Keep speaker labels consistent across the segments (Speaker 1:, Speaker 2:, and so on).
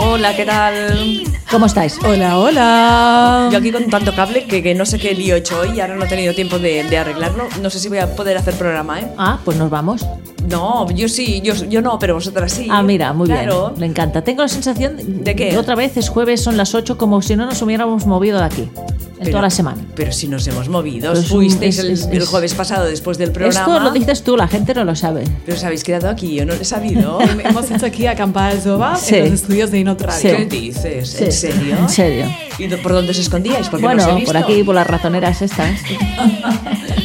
Speaker 1: Hola, ¿qué tal?
Speaker 2: ¿Cómo estáis?
Speaker 3: Hola, hola.
Speaker 1: Yo aquí con tanto cable que, que no sé qué lío he hecho hoy y ahora no he tenido tiempo de, de arreglarlo. No sé si voy a poder hacer programa, ¿eh?
Speaker 2: Ah, pues nos vamos.
Speaker 1: No, yo sí, yo, yo no, pero vosotras sí.
Speaker 2: Ah, mira, muy
Speaker 1: Claro.
Speaker 2: bien. Me encanta. Tengo la sensación
Speaker 1: ¿De qué?
Speaker 2: que Otra vez es jueves, son las 8, como si no nos hubiéramos movido de aquí. En
Speaker 1: Pero-
Speaker 2: toda la semana.
Speaker 1: Pero si nos hemos movido,
Speaker 2: Pero
Speaker 1: os
Speaker 2: es un-
Speaker 1: fuisteis
Speaker 2: es-
Speaker 1: el,
Speaker 2: es-
Speaker 1: el
Speaker 2: es-
Speaker 1: jueves pasado después del programa.
Speaker 2: Esto lo dices tú, la gente no lo sabe.
Speaker 1: Pero os habéis quedado aquí, yo no lo he sabido.
Speaker 3: Hemos hecho aquí acampada el Zoba
Speaker 2: Sí.
Speaker 3: en los estudios de Inot Radio.
Speaker 1: ¿Qué
Speaker 2: Sí.
Speaker 1: dices?
Speaker 2: Sí.
Speaker 1: ¿En serio?
Speaker 2: En serio.
Speaker 1: ¿Y do- por dónde os escondíais? Porque no
Speaker 2: bueno,
Speaker 1: os he visto.
Speaker 2: por aquí, por las ratoneras estas.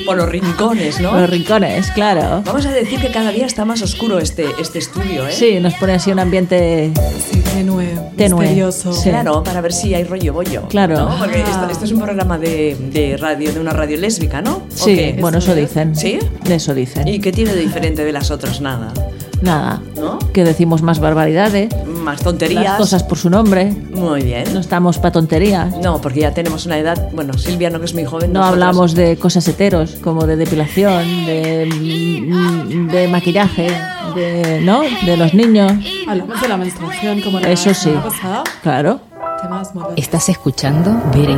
Speaker 1: Por los rincones, ¿no?
Speaker 2: Por los rincones, claro.
Speaker 1: Vamos a decir que cada día está más oscuro este, este estudio, ¿eh?
Speaker 2: Sí, nos pone así un ambiente...
Speaker 3: Sí, tenue,
Speaker 2: Tenue,
Speaker 3: misterioso.
Speaker 2: sí.
Speaker 1: Claro, para ver si hay rollo bollo.
Speaker 2: Claro.
Speaker 1: ¿no? Porque
Speaker 3: Ah.
Speaker 1: esto, esto es un programa de, de radio, de una radio lésbica, ¿no? ¿O
Speaker 2: Sí,
Speaker 1: qué?
Speaker 2: bueno, eso
Speaker 3: ¿Eso es?
Speaker 2: dicen.
Speaker 1: ¿Sí?
Speaker 2: Eso dicen.
Speaker 1: ¿Y qué tiene de diferente de las otras? Nada.
Speaker 2: Nada.
Speaker 1: ¿No?
Speaker 2: Que decimos más barbaridades,
Speaker 1: Más
Speaker 2: las
Speaker 1: tonterías.
Speaker 2: cosas por su nombre,
Speaker 1: Muy bien.
Speaker 2: no estamos para tonterías.
Speaker 1: No, porque ya tenemos una edad. Bueno, Silvia no que es muy joven.
Speaker 2: No
Speaker 1: nosotras-
Speaker 2: hablamos de cosas heteros, como de depilación, de, mm, de maquillaje, de, ¿no? de los niños.
Speaker 3: Hablamos de la menstruación como la
Speaker 2: Eso sí.
Speaker 3: semana pasada.
Speaker 2: Claro.
Speaker 3: Temas muy buenos.
Speaker 4: Estás escuchando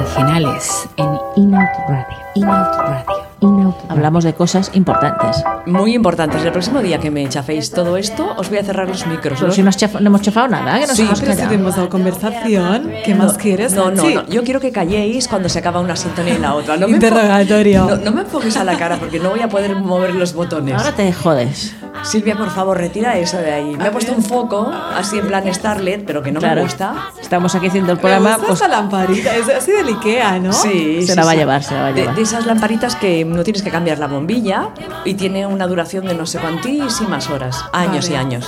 Speaker 4: Berenjenales en Inout Radio. Inout Radio. Inout Radio.
Speaker 2: Hablamos de cosas importantes.
Speaker 1: Muy importantes. El próximo día que me chaféis todo esto, os voy a cerrar los micros.
Speaker 2: Pero
Speaker 1: Los-
Speaker 2: si no, has chafa- no hemos chafado nada, ¿eh? que nos
Speaker 1: Sí,
Speaker 3: Ah,
Speaker 2: hemos
Speaker 3: pero si
Speaker 2: callado.
Speaker 3: te hemos dado conversación, ¿qué más quieres?
Speaker 1: No, no,
Speaker 3: Sí.
Speaker 1: no. Yo quiero que calléis cuando se acaba una sintonía y la otra. No me enfo-
Speaker 3: Interrogatorio.
Speaker 1: No, no me enfoques a la cara porque no voy a poder mover los botones.
Speaker 2: Ahora te jodes.
Speaker 1: Silvia, por favor, retira eso de ahí. Me ha puesto un foco, así en plan Starlet, pero que no me
Speaker 2: Claro.
Speaker 1: gusta.
Speaker 2: Estamos aquí haciendo el
Speaker 3: Pero
Speaker 2: programa.
Speaker 3: usa
Speaker 2: Pues,
Speaker 3: esa lamparita, es así del Ikea, ¿no?
Speaker 1: Sí,
Speaker 2: Se
Speaker 1: sí,
Speaker 2: la va a
Speaker 1: sí.
Speaker 2: llevar, se la va a
Speaker 1: De-
Speaker 2: llevar.
Speaker 1: De, esas lamparitas que no tienes que cambiar la bombilla y tiene una duración de no sé cuantísimas horas, años
Speaker 3: Vale.
Speaker 1: y años,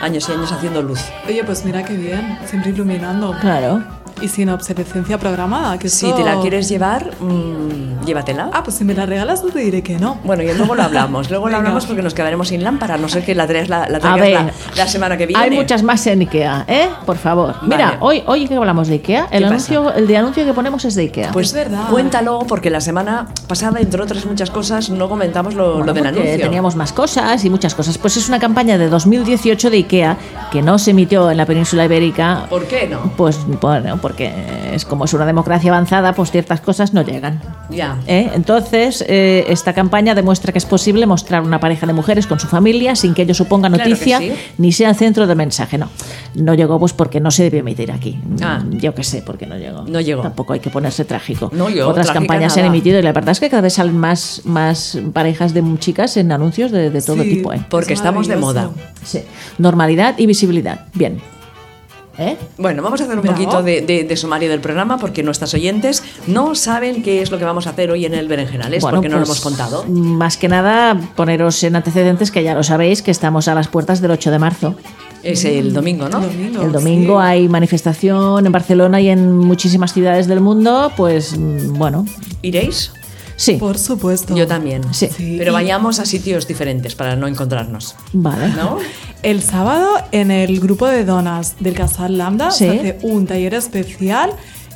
Speaker 1: años y años haciendo luz.
Speaker 3: Oye, pues mira qué bien, siempre iluminando.
Speaker 2: pues, claro.
Speaker 3: Y sin obsolescencia programada, que
Speaker 1: Si
Speaker 3: eso-
Speaker 1: te la quieres llevar, mm, llévatela.
Speaker 3: Ah, pues si me la regalas no te diré que no.
Speaker 1: Bueno, y luego lo hablamos. Luego lo
Speaker 3: Venga.
Speaker 1: hablamos porque nos quedaremos sin lámpara, a no ser que la traigas la, la,
Speaker 2: A
Speaker 1: traigas
Speaker 2: ver.
Speaker 1: la- la semana que viene.
Speaker 2: Hay muchas más en Ikea, ¿eh? Por favor. Mira,
Speaker 1: Vale.
Speaker 2: hoy, hoy que hablamos de Ikea, el
Speaker 1: ¿Qué
Speaker 2: anuncio, el de anuncio que ponemos es de Ikea.
Speaker 1: Pues
Speaker 3: Es verdad.
Speaker 1: cuéntalo, porque la semana pasada, entre otras muchas cosas, no comentamos lo,
Speaker 2: Bueno,
Speaker 1: lo del
Speaker 2: porque
Speaker 1: anuncio.
Speaker 2: Teníamos más cosas y muchas cosas. Pues es una campaña de 2018 de IKEA que no se emitió en la península ibérica.
Speaker 1: ¿Por qué no?
Speaker 2: Pues bueno, porque es como es una democracia avanzada, pues ciertas cosas no llegan.
Speaker 1: Ya.
Speaker 2: ¿eh? Entonces, eh, esta campaña demuestra que es posible mostrar una pareja de mujeres con su familia sin que ello suponga
Speaker 1: Claro que
Speaker 2: noticia
Speaker 1: sí.
Speaker 2: ni sea el centro de mensaje. No, no llegó pues porque no se debió emitir aquí.
Speaker 1: Ah.
Speaker 2: Mm, Yo qué sé, porque no llegó.
Speaker 1: No llegó.
Speaker 2: Tampoco hay que ponerse trágico.
Speaker 1: No, yo,
Speaker 2: Otras
Speaker 1: trágica
Speaker 2: campañas se han
Speaker 1: nada.
Speaker 2: emitido y la verdad es que cada vez salen más, más parejas de chicas en anuncios de, de todo
Speaker 3: Sí.
Speaker 2: tipo. ¿eh?
Speaker 1: Porque
Speaker 3: Es
Speaker 1: estamos de moda.
Speaker 3: maravilloso.
Speaker 2: Sí. Normalidad y visibilidad. Bien. ¿Eh?
Speaker 1: Bueno, vamos a hacer un
Speaker 3: Bravo.
Speaker 1: poquito de, de- de sumario del programa porque nuestras oyentes no saben qué es lo que vamos a hacer hoy en el Berenjenales
Speaker 2: Bueno,
Speaker 1: porque no lo
Speaker 2: pues,
Speaker 1: hemos contado.
Speaker 2: Más que nada, poneros en antecedentes que ya lo sabéis, que estamos a las puertas del 8 de marzo.
Speaker 1: Es el Mm, domingo, ¿no?
Speaker 3: Domingo,
Speaker 2: El domingo
Speaker 3: sí.
Speaker 2: hay manifestación en Barcelona y en muchísimas ciudades del mundo, pues mm, bueno,
Speaker 1: ¿Iréis?
Speaker 2: sí.
Speaker 1: Pues,
Speaker 3: Por supuesto.
Speaker 1: Yo también.
Speaker 2: Sí.
Speaker 3: Sí.
Speaker 1: Pero vayamos a sitios diferentes para no encontrarnos.
Speaker 2: Vale.
Speaker 1: ¿No?
Speaker 3: El sábado en el grupo de donas del Casal Lambda
Speaker 2: Sí.
Speaker 3: se hace un taller especial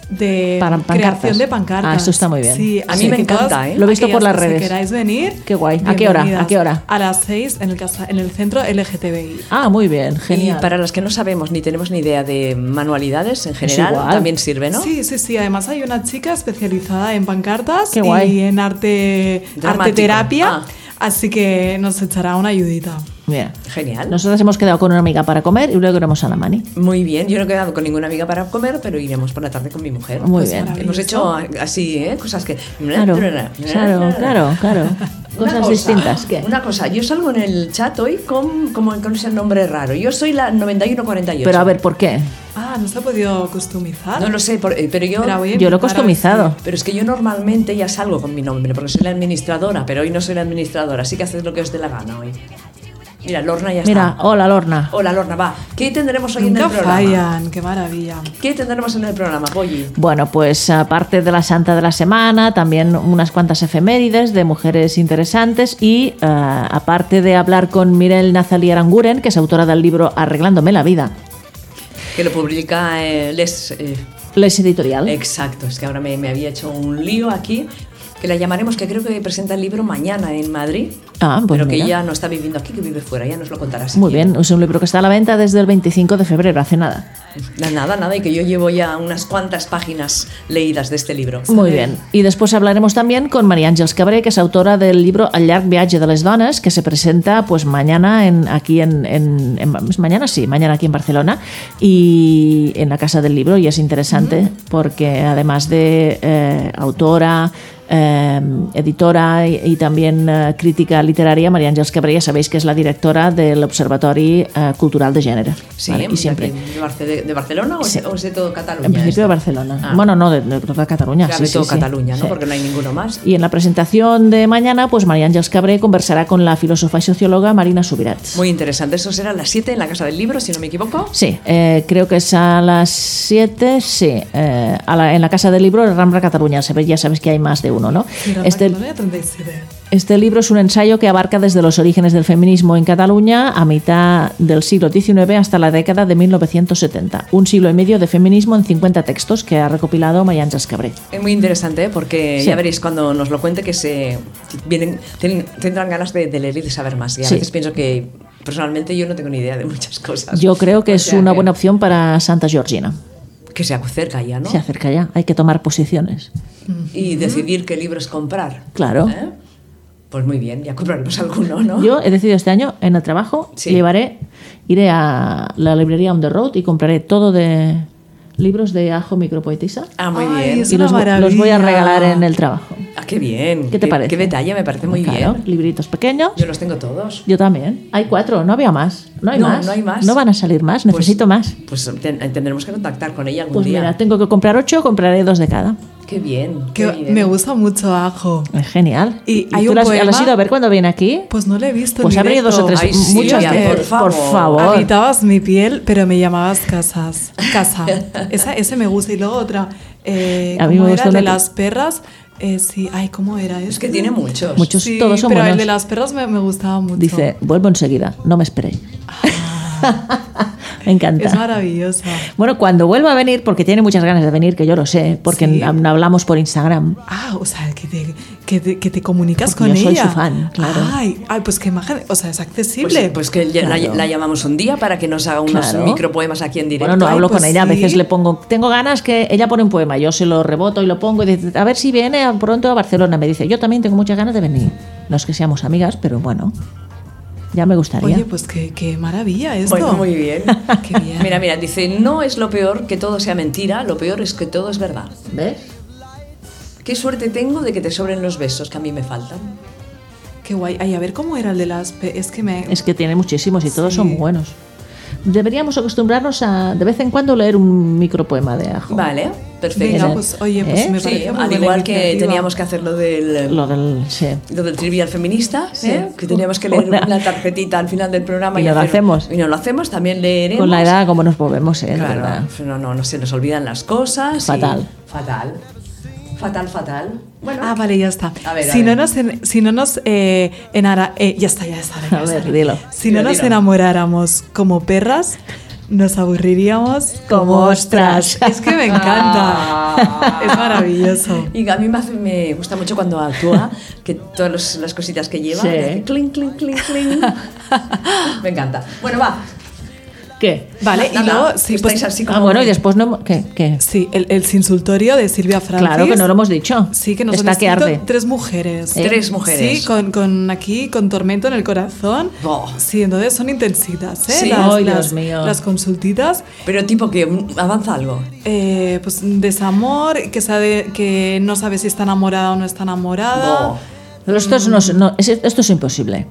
Speaker 3: de
Speaker 2: Para pancartas.
Speaker 3: creación de pancartas.
Speaker 2: Ah, esto está muy bien.
Speaker 3: Sí,
Speaker 1: A mí
Speaker 3: así
Speaker 1: me
Speaker 3: que
Speaker 1: encanta,
Speaker 3: todas
Speaker 1: ¿eh?
Speaker 2: Lo he visto por
Speaker 3: aquellas
Speaker 2: las
Speaker 3: que se
Speaker 2: redes.
Speaker 3: queráis venir.
Speaker 2: Qué guay. ¿A qué hora?
Speaker 3: bienvenidas.
Speaker 2: ¿A qué hora?
Speaker 3: A las 6 en el, casa- en el centro LGTBI.
Speaker 2: Ah, muy bien, genial.
Speaker 1: Y para las que no sabemos ni tenemos ni idea de manualidades en general,
Speaker 2: igual.
Speaker 1: también sirve, ¿no?
Speaker 3: Sí, sí, sí. Además hay una chica especializada en pancartas
Speaker 2: Qué guay.
Speaker 3: y en arte,
Speaker 1: Dramático.
Speaker 3: arte terapia.
Speaker 1: Ah.
Speaker 3: Así que nos echará una ayudita.
Speaker 2: Bien.
Speaker 1: Genial.
Speaker 2: Nosotros hemos quedado con una amiga para comer y luego iremos a la mani.
Speaker 1: Muy bien, yo no he quedado con ninguna amiga para comer, pero iremos por la tarde con mi mujer. Pues
Speaker 2: Muy bien.
Speaker 1: Hemos hecho así, ¿eh? Cosas que...
Speaker 2: Claro, claro, claro, claro.
Speaker 1: Una
Speaker 2: Cosas
Speaker 1: cosa,
Speaker 2: distintas. ¿Qué?
Speaker 1: Una cosa, yo salgo en el chat hoy con, como con ese nombre raro. Yo soy la 9148.
Speaker 2: Pero a ver, ¿por qué?
Speaker 3: Ah, no se ha podido customizar.
Speaker 1: No lo sé, por- eh, pero yo...
Speaker 3: Pero voy a
Speaker 2: Yo lo he
Speaker 3: intentar a ver
Speaker 2: customizado.
Speaker 1: Pero es que yo normalmente ya salgo con mi nombre, porque soy la administradora, pero hoy no soy la administradora, así que haced lo que os dé la gana hoy. Mira, Lorna ya
Speaker 2: Mira,
Speaker 1: está.
Speaker 2: hola Lorna.
Speaker 1: Hola, Lorna, va. ¿Qué tendremos
Speaker 3: si-
Speaker 1: hoy en
Speaker 3: Nunca
Speaker 1: el programa?
Speaker 3: fallan, qué maravilla.
Speaker 1: ¿Qué tendremos en el programa, Polly?
Speaker 2: Bueno, pues aparte de la Santa de la Semana, también unas cuantas efemérides de mujeres interesantes y eh, aparte de hablar con Mirel Nazali Aranguren, que es autora del libro Arreglándome la vida,
Speaker 1: Que lo publica eh, Les... eh,
Speaker 2: Les Editorial.
Speaker 1: Exacto, es que ahora me, me había hecho un lío aquí, que la llamaremos, que creo que presenta el libro mañana en Madrid,
Speaker 2: Ah, pues
Speaker 1: pero que
Speaker 2: mira.
Speaker 1: ya no está viviendo aquí, que vive fuera, ya nos lo contarás.
Speaker 2: Muy bien, es un libro que está a la venta desde el 25 de febrero, hace nada.
Speaker 1: Na- Nada, nada, y que yo llevo ya unas cuantas páginas leídas de este libro.
Speaker 2: Muy bien. I després hablaremos también con María Àngels Cabré, que és autora del llibre El llarg viatge de les dones, que se presenta pues, mañana en, aquí en, en, en... ¿es Mañana sí, mañana aquí en Barcelona, y en la Casa del Libro, y es interesante
Speaker 1: Mm-hmm.
Speaker 2: porque además de eh, autora, eh, editora y, y también eh, crítica literaria, María Àngels Cabré, ya sabéis que es la directora del Observatori eh, Cultural de Género.
Speaker 1: Sí,
Speaker 2: ¿vale?
Speaker 1: o
Speaker 2: Y
Speaker 1: sea,
Speaker 2: siempre...
Speaker 1: que ¿De, Barce- de- de Barcelona o, es-
Speaker 2: Sí.
Speaker 1: o es de todo Cataluña?
Speaker 2: En principio de
Speaker 1: esto?
Speaker 2: Barcelona.
Speaker 1: Ah.
Speaker 2: Bueno, no, de, de toda Cataluña.
Speaker 1: Claro,
Speaker 2: sí,
Speaker 1: de todo
Speaker 2: sí, sí.
Speaker 1: Cataluña, ¿no?
Speaker 2: Sí.
Speaker 1: Porque no hay ninguno más.
Speaker 2: Y en la presentación de mañana, pues María Ángels Cabré conversará con la filósofa y socióloga Marina Subirat.
Speaker 1: Muy interesante. Eso será a las 7 en la Casa del Libro, si no me equivoco.
Speaker 2: Sí, eh, creo que es a las 7, sí, eh, a la- en la Casa del Libro de Rambla Cataluña, se ve- ya sabes que hay más de uno, ¿no?
Speaker 3: Mira,
Speaker 2: Este,
Speaker 3: Magdalena 37.
Speaker 2: este libro es un ensayo que abarca desde los orígenes del feminismo en Cataluña a mitad del siglo XIX hasta la década de 1970, un siglo y medio de feminismo en 50 textos que ha recopilado María Ángels Cabré.
Speaker 1: Es muy interesante, ¿eh? porque
Speaker 2: Sí.
Speaker 1: ya veréis cuando nos lo cuente que se vienen, ten- tendrán ganas de, de leer y de saber más. Y a
Speaker 2: Sí.
Speaker 1: veces pienso que personalmente yo no tengo ni idea de muchas cosas.
Speaker 2: Yo creo que
Speaker 1: O
Speaker 2: es
Speaker 1: sea
Speaker 2: una buena opción para Santa Georgina.
Speaker 1: Que se acerca ya, ¿no?
Speaker 2: Se acerca ya, hay que tomar posiciones.
Speaker 1: Y decidir qué libros comprar.
Speaker 2: Claro.
Speaker 1: ¿eh? Pues muy bien, ya compraremos alguno, ¿no?
Speaker 2: Yo he decidido este año en el trabajo
Speaker 1: Sí.
Speaker 2: llevaré, iré a la librería on the road y compraré todo de libros de Ajo Micropoetisa
Speaker 1: Ah, muy
Speaker 3: Ay,
Speaker 1: bien.
Speaker 3: es
Speaker 2: y
Speaker 3: una
Speaker 2: los, vo- los voy a
Speaker 3: maravilla.
Speaker 2: regalar en el trabajo.
Speaker 1: Ah, qué bien.
Speaker 2: ¿Qué te parece?
Speaker 1: Qué detalle, me parece muy
Speaker 2: Claro,
Speaker 1: bien.
Speaker 2: Libritos pequeños.
Speaker 1: Yo los tengo todos.
Speaker 2: Yo también. Hay cuatro, no había más. No hay
Speaker 1: No,
Speaker 2: más.
Speaker 1: no hay más.
Speaker 2: No van a salir más.
Speaker 1: Pues-
Speaker 2: Necesito más.
Speaker 1: Pues ten- tendremos que contactar con ella algún
Speaker 2: Pues
Speaker 1: día.
Speaker 2: mira, tengo que comprar ocho, compraré dos de cada.
Speaker 1: Qué bien.
Speaker 3: Que
Speaker 1: qué bien.
Speaker 3: me gusta mucho Ajo.
Speaker 2: Es genial.
Speaker 3: Y hay
Speaker 2: tú
Speaker 3: un
Speaker 2: las-
Speaker 3: poema-
Speaker 2: las has ido a ver cuando viene aquí?
Speaker 3: Pues no lo he visto. en
Speaker 2: Pues ha venido dos
Speaker 3: directo.
Speaker 2: o
Speaker 1: Ay,
Speaker 2: tres,
Speaker 1: sí,
Speaker 2: muchos
Speaker 3: ya,
Speaker 2: de-
Speaker 3: por
Speaker 1: favor.
Speaker 3: Habitabas mi piel, pero me llamabas Casas. Casa. Esa, ese me gusta. Y luego otra. eh,
Speaker 2: A mí
Speaker 3: ¿cómo
Speaker 2: me
Speaker 3: era?
Speaker 2: gusta
Speaker 3: El
Speaker 2: una
Speaker 3: de
Speaker 2: que-
Speaker 3: las perras. Eh, sí. Ay, ¿cómo era eso?
Speaker 1: Es que tiene muchos.
Speaker 2: Muchos.
Speaker 3: Sí,
Speaker 2: todos son
Speaker 3: pero el
Speaker 2: buenos.
Speaker 3: de las perras me, me gustaba mucho.
Speaker 2: Dice, vuelvo enseguida, no me esperéis. me
Speaker 3: Ah. Es
Speaker 2: encanta.
Speaker 3: maravillosa.
Speaker 2: Bueno, cuando vuelva a venir, porque tiene muchas ganas de venir, que yo lo sé, porque
Speaker 3: Sí.
Speaker 2: hab- hablamos por Instagram.
Speaker 3: Ah, o sea, que te, que te, que te comunicas
Speaker 2: Porque
Speaker 3: con
Speaker 2: yo soy
Speaker 3: ella.
Speaker 2: su fan, claro.
Speaker 3: Ay, ay, pues qué imagen. O sea, es accesible.
Speaker 1: Pues, pues que ya la,
Speaker 2: Claro.
Speaker 1: la llamamos un día para que nos haga unos
Speaker 2: Claro.
Speaker 1: micropoemas aquí en directo.
Speaker 2: Bueno, no
Speaker 3: Ay,
Speaker 2: hablo
Speaker 3: pues
Speaker 2: con ella, a
Speaker 3: sí.
Speaker 2: veces le pongo, tengo ganas que ella pone un poema, yo se lo reboto y lo pongo y dice, a ver si viene a- pronto a Barcelona. Me dice, yo también tengo muchas ganas de venir. No es que seamos amigas, pero bueno, ya me gustaría.
Speaker 3: Oye, pues qué, qué maravilla esto.
Speaker 1: Bueno, pues, muy bien.
Speaker 3: Qué bien.
Speaker 1: Mira, mira, dice, no es lo peor que todo sea mentira, lo peor es que todo es verdad.
Speaker 2: ¿Ves?
Speaker 1: Qué suerte tengo de que te sobren los besos que a mí me faltan.
Speaker 3: Qué guay. Ay, a ver cómo era el de las. pe- Es que me.
Speaker 2: Es que tiene muchísimos y todos
Speaker 3: Sí.
Speaker 2: son buenos. Deberíamos acostumbrarnos a de vez en cuando leer un micropoema de Ajo.
Speaker 1: Vale, perfecto.
Speaker 3: Venga, pues oye, pues
Speaker 2: ¿Eh?
Speaker 3: me
Speaker 1: Sí,
Speaker 3: parece muy
Speaker 1: al
Speaker 3: buena
Speaker 1: igual que
Speaker 3: iniciativa.
Speaker 1: teníamos que hacer lo del,
Speaker 2: Lo del, sí.
Speaker 1: lo del trivial feminista, ¿eh? que teníamos que leer
Speaker 2: Una-
Speaker 1: una tarjetita al final del programa.
Speaker 2: Y no lo
Speaker 1: hacer-
Speaker 2: hacemos.
Speaker 1: Y no lo hacemos, también leeremos.
Speaker 2: Con la edad, como nos movemos, ¿eh? De
Speaker 1: Claro,
Speaker 2: verdad.
Speaker 1: no, no, no se nos olvidan las cosas. y-
Speaker 2: Fatal.
Speaker 1: fatal. Fatal, fatal. Bueno,
Speaker 3: Ah, vale, ya está.
Speaker 1: A ver, a
Speaker 3: si,
Speaker 1: ver.
Speaker 3: No nos en- si no nos eh, enara- eh, ya está, ya está. venga,
Speaker 2: A
Speaker 3: ya
Speaker 2: ver,
Speaker 3: está.
Speaker 2: dilo.
Speaker 3: Si no
Speaker 1: Dilo,
Speaker 3: nos
Speaker 1: dilo.
Speaker 3: enamoráramos como perras, nos aburriríamos
Speaker 2: Como
Speaker 3: como ostras.
Speaker 2: ostras.
Speaker 3: Es que me encanta.
Speaker 1: Ah.
Speaker 3: es maravilloso.
Speaker 1: Y a mí me, hace- me gusta mucho cuando actúa, que todas los- las cositas que lleva,
Speaker 2: Sí.
Speaker 1: le hace clink, clink, clink, clink. me encanta. Bueno, va.
Speaker 2: ¿Qué?
Speaker 3: Vale,
Speaker 1: Nada,
Speaker 3: y luego, sí,
Speaker 1: estáis
Speaker 3: pues-
Speaker 1: así como
Speaker 2: Ah, bueno, y después no... hemos- ¿Qué? ¿Qué?
Speaker 3: Sí, el, el sinsultorio de Silvia Francis.
Speaker 2: Claro que no lo hemos dicho.
Speaker 3: Sí, que nos
Speaker 2: Está
Speaker 3: han
Speaker 2: que
Speaker 3: escrito
Speaker 2: arde.
Speaker 3: tres mujeres.
Speaker 2: Eh.
Speaker 1: tres mujeres.
Speaker 3: Sí, con, con aquí, con tormento en el corazón.
Speaker 1: Buah.
Speaker 3: Sí, entonces son intensitas, ¿eh?
Speaker 1: Sí.
Speaker 3: Las,
Speaker 2: Ay, Dios
Speaker 3: las-
Speaker 2: mío.
Speaker 3: las consultitas.
Speaker 1: Pero tipo que mm, avanza algo.
Speaker 3: Eh, pues desamor, que, sabe, que no sabe si está enamorada o no está enamorada.
Speaker 1: Buah.
Speaker 2: Pero esto, es, no, no, es- esto es imposible.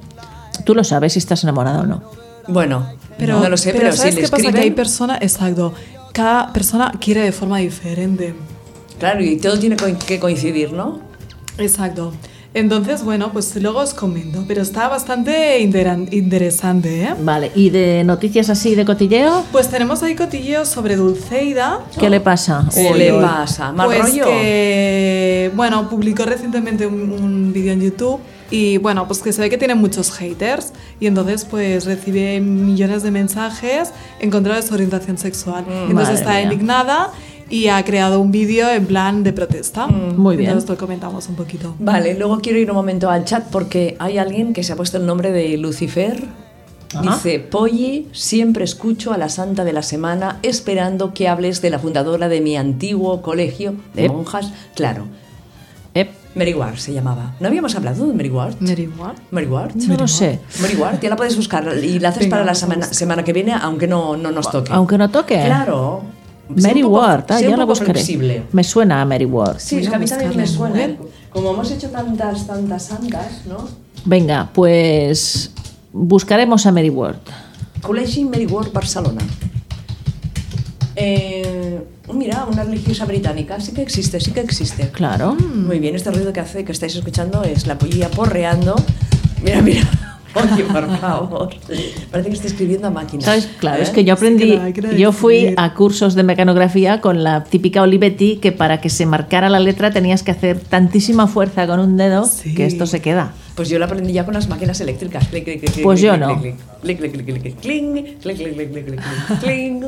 Speaker 2: Tú lo sabes si estás enamorada o no.
Speaker 1: Bueno,
Speaker 3: Pero,
Speaker 1: no lo sé, pero,
Speaker 3: ¿sabes
Speaker 1: si le
Speaker 3: qué pasa? Que hay
Speaker 1: escriben...
Speaker 3: personas, exacto, cada persona quiere de forma diferente.
Speaker 1: Claro, y todo tiene co- que coincidir, ¿no?
Speaker 3: Exacto. Entonces, bueno, pues luego os comento, pero está bastante interan- interesante, ¿eh?
Speaker 2: Vale, ¿y de noticias así de cotilleo?
Speaker 3: Pues tenemos ahí cotilleos sobre Dulceida.
Speaker 2: ¿Qué le pasa?
Speaker 1: ¿Qué
Speaker 2: Uy,
Speaker 1: le
Speaker 2: uy.
Speaker 1: pasa? ¿Mal
Speaker 3: pues
Speaker 1: rollo?
Speaker 3: que, bueno, publicó recientemente un, un vídeo en YouTube y, bueno, pues que se ve que tiene muchos haters y entonces, pues, recibe millones de mensajes en contra de su orientación sexual.
Speaker 2: madre
Speaker 3: entonces está
Speaker 2: mía.
Speaker 3: indignada y ha creado un vídeo en plan de protesta.
Speaker 2: Muy bien.
Speaker 3: Entonces lo comentamos un poquito.
Speaker 1: Vale, luego quiero ir un momento al chat porque hay alguien que se ha puesto el nombre de Lucifer
Speaker 2: Ajá.
Speaker 1: Dice, Polly, siempre escucho a la Santa de la Semana esperando que hables de la fundadora de mi antiguo colegio de
Speaker 2: Ep.
Speaker 1: monjas. Claro,
Speaker 2: Ep,
Speaker 1: Mary Ward se llamaba. ¿No habíamos hablado de Mary Ward?
Speaker 3: Mary Ward.
Speaker 1: Mary Ward.
Speaker 2: no lo sé.
Speaker 1: Mary Ward, ya la puedes buscar y la haces
Speaker 3: Venga,
Speaker 1: para la
Speaker 3: vamos a
Speaker 1: semana, semana que viene, aunque no, no nos toque.
Speaker 2: Aunque no toque.
Speaker 1: Claro. Sé
Speaker 2: Mary
Speaker 1: un poco-
Speaker 2: Ward, ah,
Speaker 1: sé un
Speaker 2: ya la
Speaker 1: poco
Speaker 2: buscaré.
Speaker 1: flexible.
Speaker 2: Me suena a Mary Ward.
Speaker 1: Sí,
Speaker 3: Voy
Speaker 1: es
Speaker 3: a
Speaker 1: que a mí también
Speaker 3: buscarla
Speaker 1: me
Speaker 3: en
Speaker 1: suena.
Speaker 3: Google.
Speaker 1: Como hemos hecho tantas, tantas santas, ¿no?
Speaker 2: Venga, pues buscaremos a Mary Ward.
Speaker 1: Col·legi Mary Ward Barcelona. Eh, mira, una religiosa británica. Sí que existe, sí que existe.
Speaker 2: Claro.
Speaker 1: Muy bien, este ruido que hace, que estáis escuchando, es la pollilla porreando. Mira, mira. Oye, por favor. Parece que está escribiendo a máquina.
Speaker 2: ¿Sabes? Claro,
Speaker 1: ¿Eh?
Speaker 2: es que yo
Speaker 3: Sí que
Speaker 2: aprendí,
Speaker 3: la hay que
Speaker 2: yo fui
Speaker 3: escribir.
Speaker 2: a cursos de mecanografía con la típica Olivetti que para que se marcara la letra tenías que hacer tantísima fuerza con un dedo
Speaker 3: Sí.
Speaker 2: que esto se queda.
Speaker 1: Pues yo lo aprendí ya con las máquinas eléctricas. Clic, clic, clic, clic,
Speaker 2: Pues yo
Speaker 1: clic,
Speaker 2: no.
Speaker 1: clic, clic, clic, clic, clic, clic, cling, clic, clic, clic, clic, clic, clic, cling.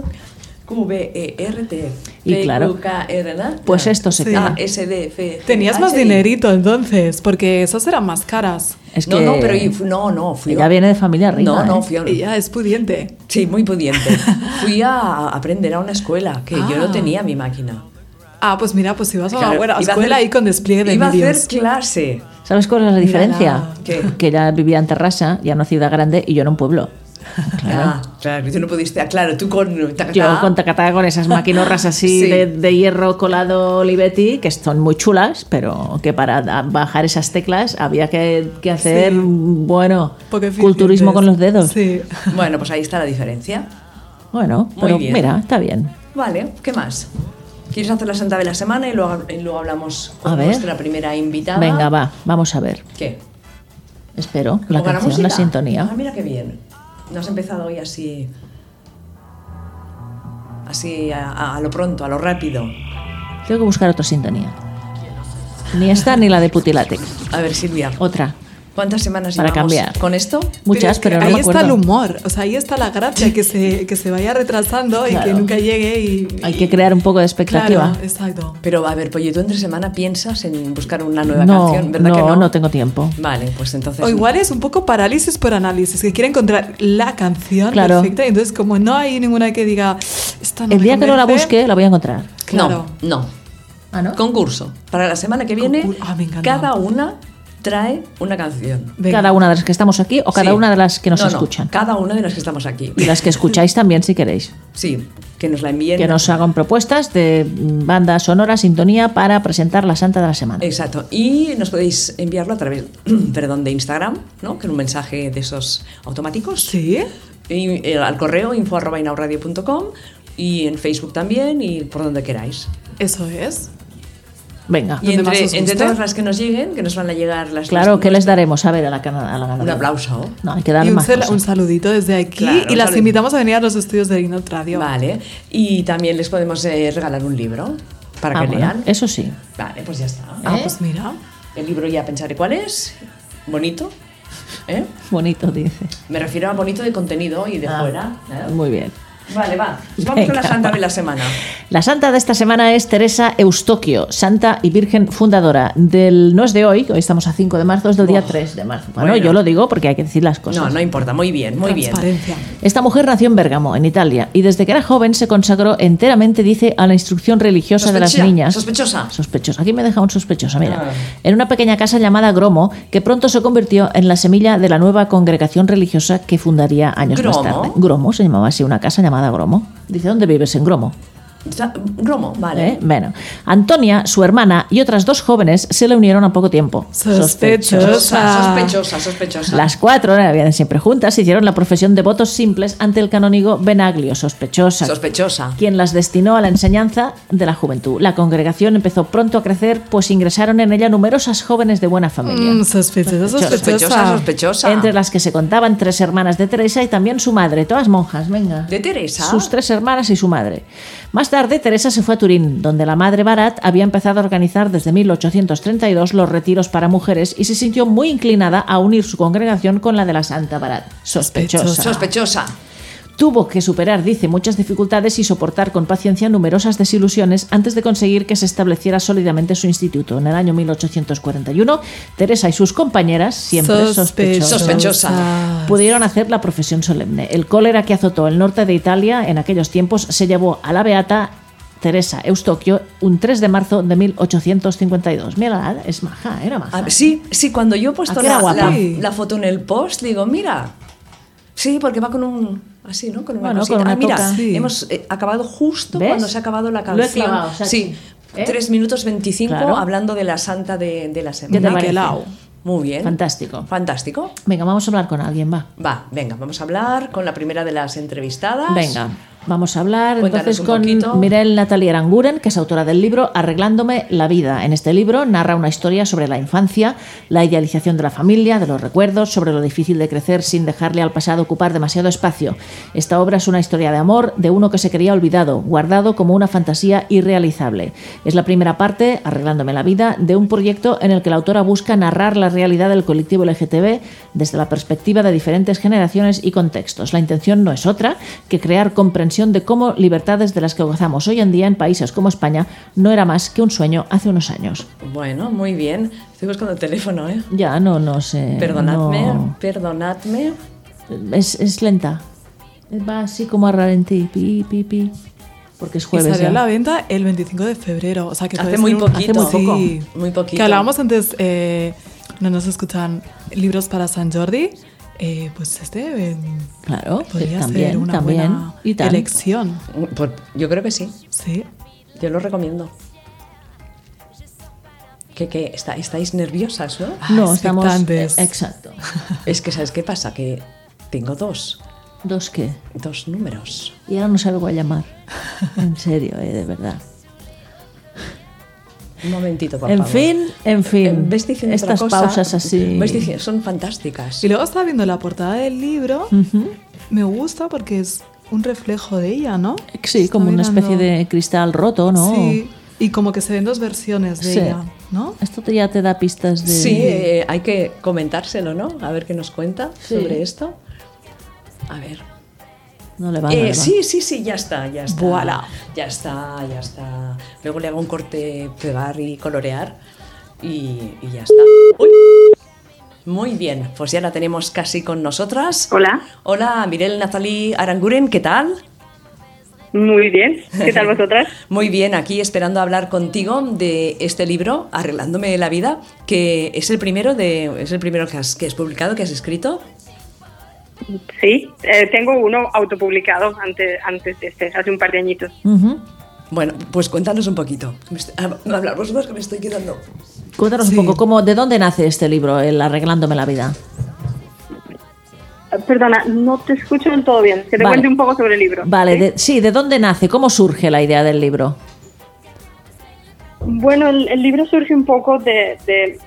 Speaker 1: Q, V, E, R, T.
Speaker 2: Y
Speaker 1: P,
Speaker 2: claro.
Speaker 1: Q, K, R, N, A.
Speaker 2: Pues esto se
Speaker 1: A,
Speaker 2: queda.
Speaker 1: S, D, F, G,
Speaker 3: Tenías más
Speaker 1: H, I.
Speaker 3: dinerito entonces, porque esas eran más caras.
Speaker 2: Es
Speaker 1: no,
Speaker 2: que
Speaker 1: no, pero y fu- no, no, fui
Speaker 2: ella viene de familia rica.
Speaker 1: No, no,
Speaker 2: ¿eh?
Speaker 1: fui a-
Speaker 3: Ella es pudiente.
Speaker 1: Sí, muy pudiente. Fui a aprender a una escuela que yo no
Speaker 3: Ah.
Speaker 1: tenía mi máquina.
Speaker 3: Ah, pues mira, pues ibas a una
Speaker 1: Claro,
Speaker 3: buena
Speaker 1: iba a
Speaker 3: escuela
Speaker 1: hacer-
Speaker 3: ahí con despliegue de
Speaker 1: Iba a
Speaker 3: medios.
Speaker 1: hacer clase.
Speaker 2: ¿Sabes cuál es la diferencia?
Speaker 1: ¿Qué?
Speaker 2: Que ella vivía en Terrassa, ya en una ciudad grande y yo en un pueblo.
Speaker 1: Claro. Ah, claro, y tú no pudiste. ah, Claro, tú con. tacatá.
Speaker 2: Yo con Tacatá, con esas maquinorras así
Speaker 1: Sí.
Speaker 2: de, de hierro colado Olivetti, que son muy chulas, pero que para da- bajar esas teclas había que, que hacer, mm,
Speaker 3: Sí.
Speaker 2: bueno,
Speaker 3: Poco eficientes.
Speaker 2: culturismo con los dedos.
Speaker 3: Sí.
Speaker 1: Bueno, pues ahí está la diferencia.
Speaker 2: Bueno,
Speaker 1: Muy
Speaker 2: pero
Speaker 1: bien.
Speaker 2: mira, está bien.
Speaker 1: Vale, ¿qué más? ¿Quieres hacer la Santa de la Semana y luego, y luego hablamos con
Speaker 2: A ver.
Speaker 1: nuestra primera invitada?
Speaker 2: Venga, va, vamos a ver.
Speaker 1: ¿Qué?
Speaker 2: Espero, la
Speaker 1: ¿Pongo
Speaker 2: canción,
Speaker 1: música?
Speaker 2: la sintonía.
Speaker 1: Ah, mira qué bien. No has empezado hoy así. Así a, a- a lo pronto, a lo rápido.
Speaker 2: Tengo que buscar otra sintonía. Ni esta ni la de Putilatec.
Speaker 1: A ver, Silvia,
Speaker 2: Otra.
Speaker 1: ¿cuántas semanas
Speaker 2: Para
Speaker 1: llevamos
Speaker 2: cambiar.
Speaker 1: con esto?
Speaker 2: Muchas,
Speaker 3: es que
Speaker 2: pero, no
Speaker 3: ahí
Speaker 2: me acuerdo.
Speaker 3: está el humor, o sea, ahí está la gracia que se, que se vaya retrasando y que
Speaker 2: Claro.
Speaker 3: nunca llegue y...
Speaker 2: Hay que crear un poco de expectativa.
Speaker 3: Claro, exacto.
Speaker 1: Pero a ver, Pollo, ¿tú entre semana piensas en buscar una nueva
Speaker 2: no,
Speaker 1: canción? ¿Verdad
Speaker 2: no,
Speaker 1: que no?
Speaker 2: no tengo tiempo.
Speaker 1: Vale, pues entonces.
Speaker 3: O igual es un poco parálisis por análisis, que quiere encontrar la canción
Speaker 2: Claro.
Speaker 3: perfecta, entonces como no hay ninguna que diga, esta no
Speaker 2: El
Speaker 3: me
Speaker 2: día que no la
Speaker 3: convence",
Speaker 2: busque, la voy a encontrar.
Speaker 3: Claro.
Speaker 1: No, no.
Speaker 2: Ah, ¿no?
Speaker 1: Concurso. Para la semana que viene,
Speaker 3: Concur- Ah, me encanta.
Speaker 1: cada una trae una canción.
Speaker 3: Venga.
Speaker 2: Cada una de las que estamos aquí o cada
Speaker 1: Sí.
Speaker 2: una de las que nos
Speaker 1: No, no,
Speaker 2: escuchan.
Speaker 1: cada una de las que estamos aquí.
Speaker 2: Y las que escucháis también, si queréis.
Speaker 1: Sí, que nos la envíen.
Speaker 2: Que nos hagan propuestas de mm, banda sonora, sintonía para presentar la Santa de la Semana.
Speaker 1: Exacto. Y nos podéis enviarlo a través perdón, de Instagram, ¿no? Que es un mensaje de esos automáticos.
Speaker 3: Sí,
Speaker 1: Y, eh, al correo info.inauradio.com y en Facebook también y por donde queráis.
Speaker 3: eso es.
Speaker 2: Venga.
Speaker 1: Y
Speaker 3: ¿Dónde más
Speaker 1: entre,
Speaker 3: os
Speaker 1: entre
Speaker 3: guste?
Speaker 1: todas las que nos lleguen, que nos van a llegar las
Speaker 2: Claro,
Speaker 1: las-
Speaker 2: ¿qué les daremos? A ver, a la, cana- a la
Speaker 1: Un
Speaker 2: ganadora.
Speaker 1: aplauso.
Speaker 2: No, hay que dar
Speaker 3: y un,
Speaker 2: más.
Speaker 3: sal-
Speaker 2: cosas.
Speaker 3: un saludito desde aquí
Speaker 1: Claro,
Speaker 3: y
Speaker 1: un
Speaker 3: las
Speaker 1: saludo.
Speaker 3: invitamos a venir a los estudios de Inot Radio.
Speaker 1: Vale. Y también les podemos eh, regalar un libro para
Speaker 2: Ah,
Speaker 1: que
Speaker 2: bueno,
Speaker 1: lean.
Speaker 2: Eso sí.
Speaker 1: Vale, pues ya está.
Speaker 3: Ah,
Speaker 2: ¿Eh?
Speaker 3: pues mira.
Speaker 1: El libro ya pensaré cuál es. Bonito. ¿eh?
Speaker 2: Bonito, dice.
Speaker 1: Me refiero a bonito de contenido y de fuera. ¿eh?
Speaker 2: Muy bien.
Speaker 1: Vale, va. Vamos con la
Speaker 2: Ah. Venga,
Speaker 1: santa
Speaker 2: va.
Speaker 1: de la semana.
Speaker 2: La santa de esta semana es Teresa Eustoquio, santa y virgen fundadora del no es de hoy, hoy estamos a 5 de marzo, es del día
Speaker 1: Uf,
Speaker 2: 3 de marzo. Bueno,
Speaker 1: bueno.
Speaker 2: yo lo digo porque hay que decir las cosas.
Speaker 1: No, no importa. Muy bien, muy bien.
Speaker 3: Transparencia.
Speaker 2: Esta mujer nació en Bérgamo, en Italia, y desde que era joven se consagró enteramente, dice, a la instrucción religiosa de las
Speaker 1: Sospecha-
Speaker 2: niñas.
Speaker 1: Sospechosa.
Speaker 2: Sospechosa. Aquí me deja un sospechoso, mira.
Speaker 1: Ah.
Speaker 2: En una pequeña casa llamada Gromo, que pronto se convirtió en la semilla de la nueva congregación religiosa que fundaría años
Speaker 1: ¿Gromo?
Speaker 2: más tarde. Gromo se llamaba así, una casa llamada Gromo. Dice, ¿dónde vives en Gromo?
Speaker 1: Sa- Gromo, vale.
Speaker 2: ¿Eh? Bueno, Antonia, su hermana y otras dos jóvenes se le unieron a poco tiempo.
Speaker 3: Sospechosos.
Speaker 1: Sospechosa, sospechosa, sospechosa.
Speaker 2: Las cuatro, eh, vienen siempre juntas, hicieron la profesión de votos simples ante el canónigo Benaglio, sospechosa,
Speaker 1: Sospechosa.
Speaker 2: quien las destinó a la enseñanza de la juventud. La congregación empezó pronto a crecer, pues ingresaron en ella numerosas jóvenes de buena familia.
Speaker 3: Mm, sospechosa,
Speaker 1: Sospechosa,
Speaker 3: sospechosa.
Speaker 1: sospechosa.
Speaker 2: Entre las que se contaban tres hermanas de Teresa y también su madre, todas monjas, venga.
Speaker 1: De Teresa.
Speaker 2: Sus tres hermanas y su madre. Más tarde, Teresa se fue a Turín, donde la madre Barat había empezado a organizar desde 1832 los retiros para mujeres y se sintió muy inclinada a unir su congregación con la de la Santa Barat. Sospechosa.
Speaker 3: Sospechosa.
Speaker 1: Sospechosa.
Speaker 2: Tuvo que superar, dice, muchas dificultades y soportar con paciencia numerosas desilusiones antes de conseguir que se estableciera sólidamente su instituto. En el año 1841, Teresa y sus compañeras, siempre Pues, sospechosas,
Speaker 1: Sospechosa.
Speaker 2: pudieron hacer la profesión solemne. El cólera que azotó el norte de Italia en aquellos tiempos se llevó a la beata Teresa Eustoquio un 3 de marzo de 1852. Mira, es maja, era maja.
Speaker 1: A ver, Ah, sí, sí, cuando yo he puesto
Speaker 2: Ah, que era
Speaker 1: la,
Speaker 2: guapa.
Speaker 1: la- la foto en el post, digo, mira. Sí, porque va con un. Así, ¿no? Con una
Speaker 2: Bueno,
Speaker 1: cosita.
Speaker 2: con una
Speaker 1: Ah, mira,
Speaker 2: toca.
Speaker 3: Sí.
Speaker 1: hemos eh, acabado justo
Speaker 2: ¿Ves?
Speaker 1: cuando se ha acabado la
Speaker 2: Lo he
Speaker 1: canción.
Speaker 2: clavado, o sea,
Speaker 1: sí.
Speaker 2: ¿eh?
Speaker 1: 3 minutos 25
Speaker 2: Claro.
Speaker 1: hablando de la santa de, de la
Speaker 2: ¿Qué te
Speaker 1: semana.
Speaker 2: parece?
Speaker 3: Niquelao.
Speaker 1: Muy bien.
Speaker 2: Fantástico.
Speaker 1: Fantástico.
Speaker 2: Venga, vamos a hablar con alguien, va.
Speaker 1: Va, venga, vamos a hablar con la primera de las entrevistadas.
Speaker 2: Venga, vamos a hablar
Speaker 1: Cuéntanos
Speaker 2: entonces
Speaker 1: un
Speaker 2: con
Speaker 1: poquito.
Speaker 2: Mirel Natalia Aranguren, que es autora del libro Arreglándome la vida. En este libro narra una historia sobre la infancia, la idealización de la familia, de los recuerdos, sobre lo difícil de crecer sin dejarle al pasado ocupar demasiado espacio. Esta obra es una historia de amor de uno que se creía olvidado, guardado como una fantasía irrealizable. Es la primera parte, Arreglándome la vida, de un proyecto en el que la autora busca narrar la realidad del colectivo LGTB desde la perspectiva de diferentes generaciones y contextos. La intención no es otra que crear comprensión de cómo libertades de las que gozamos hoy en día en países como España no era más que un sueño hace unos años.
Speaker 1: Bueno, muy bien. Estoy buscando el teléfono, ¿eh?
Speaker 2: Ya, no, no sé.
Speaker 1: Perdonadme,
Speaker 2: Eh, no.
Speaker 1: perdonadme.
Speaker 2: Es, es lenta. Va así como a ralentí. Pi, pi, pi. Porque es
Speaker 3: Y
Speaker 2: jueves.
Speaker 3: salió
Speaker 2: pues ya.
Speaker 3: a la venta el 25 de febrero. O sea que
Speaker 1: Hace
Speaker 3: puede
Speaker 1: muy
Speaker 3: ser un-
Speaker 1: poquito.
Speaker 3: hace muy
Speaker 1: Sí.
Speaker 3: poco.
Speaker 1: Muy poquito.
Speaker 3: Que hablábamos antes, eh, no nos escuchan libros para San Jordi. Eh, pues este eh,
Speaker 2: Claro,
Speaker 3: podría
Speaker 2: también,
Speaker 3: ser una
Speaker 2: también.
Speaker 3: buena
Speaker 2: y tal.
Speaker 3: elección.
Speaker 1: Pues yo creo que sí.
Speaker 3: Sí.
Speaker 1: Yo lo recomiendo. Que, que está- estáis nerviosas, ¿no?
Speaker 2: No, estamos.
Speaker 3: expectantes.
Speaker 2: Exacto.
Speaker 1: Es que, ¿sabes qué pasa? Que tengo dos,
Speaker 2: ¿Dos qué?
Speaker 1: dos números.
Speaker 2: Y ahora no salgo a llamar. En serio, eh, de verdad.
Speaker 1: Un momentito, por
Speaker 2: En
Speaker 1: favor.
Speaker 2: fin, en
Speaker 1: Eh,
Speaker 2: fin.
Speaker 1: ves diciendo otra
Speaker 2: Estas
Speaker 1: cosa,
Speaker 2: pausas así.
Speaker 1: ves dici- son fantásticas.
Speaker 3: Y luego estaba viendo la portada del libro. Me gusta porque es un reflejo de ella, ¿no?
Speaker 2: Sí,
Speaker 3: Está
Speaker 2: como una
Speaker 3: mirando-
Speaker 2: especie de cristal roto, ¿no?
Speaker 3: Sí. Y como que se ven dos versiones de
Speaker 2: Sí.
Speaker 3: ella, ¿no?
Speaker 2: Esto te- ya te da pistas de.
Speaker 1: Sí, eh, hay que comentárselo, ¿no? A ver qué nos cuenta
Speaker 2: Sí.
Speaker 1: sobre esto. A ver.
Speaker 2: No le va, no
Speaker 1: Eh,
Speaker 2: le va.
Speaker 1: sí, sí, sí, ya está, ya está.
Speaker 3: Voilà.
Speaker 1: Ya está, ya está. Luego le hago un corte, pegar y colorear y, y ya está. ¡Uy! Muy bien, pues ya la tenemos casi con nosotras.
Speaker 5: Hola,
Speaker 1: Hola, Mirel Natalie Aranguren, ¿qué tal?
Speaker 5: muy bien. ¿Qué tal vosotras?
Speaker 1: Muy bien, aquí esperando hablar contigo de este libro, Arreglándome la vida, que es el primero, de, es el primero que, has, que has publicado, que has escrito.
Speaker 5: Sí, eh, tengo uno autopublicado antes, antes de este, hace un par de añitos.
Speaker 2: Ujú.
Speaker 1: Bueno, pues cuéntanos un poquito. Me est- ah, Hablar vosotros que me estoy quedando.
Speaker 2: Cuéntanos
Speaker 3: Sí.
Speaker 2: un poco, cómo, ¿de dónde nace este libro, el Arreglándome la vida?
Speaker 5: Eh, Perdona, no te escucho del todo bien. Que te
Speaker 2: Vale.
Speaker 5: cuente un poco sobre el libro. Eh,
Speaker 2: Vale,
Speaker 5: ¿sí?
Speaker 2: de- sí, ¿de dónde nace? ¿Cómo surge la idea del libro?
Speaker 5: Bueno, el, el libro surge un poco de, de-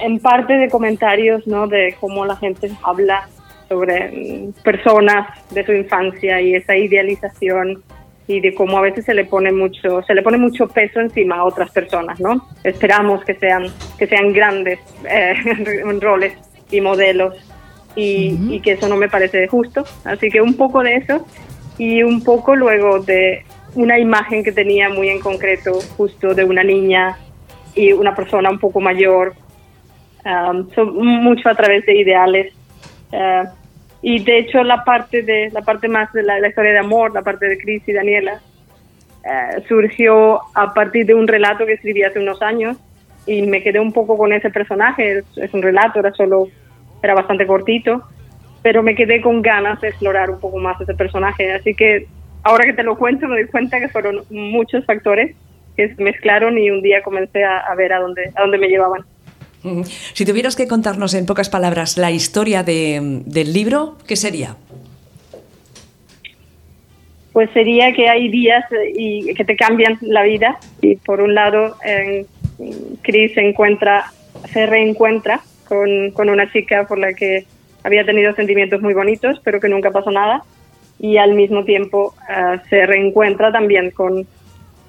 Speaker 5: en parte de comentarios, ¿no? De cómo la gente habla sobre mm, personas de su infancia y esa idealización y de cómo a veces se le pone mucho, se le pone mucho peso encima a otras personas, ¿no? Esperamos que sean, que sean grandes eh, en roles y modelos y, y que eso no me parece justo. Así que un poco de eso y un poco luego de una imagen que tenía muy en concreto justo de una niña y una persona un poco mayor, um, son mucho a través de ideales. eh, y de hecho la parte, de, la parte más de la, la historia de amor, la parte de Cris y Daniela, eh, surgió a partir de un relato que escribí hace unos años y me quedé un poco con ese personaje. Es, es un relato, era solo, era bastante cortito, pero me quedé con ganas de explorar un poco más ese personaje. Así que ahora que te lo cuento me doy cuenta que fueron muchos factores que se mezclaron y un día comencé a, a ver a dónde, a dónde me llevaban.
Speaker 1: Ujú. Si tuvieras que contarnos en pocas palabras la historia de- del libro, ¿qué sería?
Speaker 5: pues sería que hay días eh, y que te cambian la vida y por un lado eh, Chris se encuentra se reencuentra con, con una chica por la que había tenido sentimientos muy bonitos pero que nunca pasó nada y al mismo tiempo eh, se reencuentra también con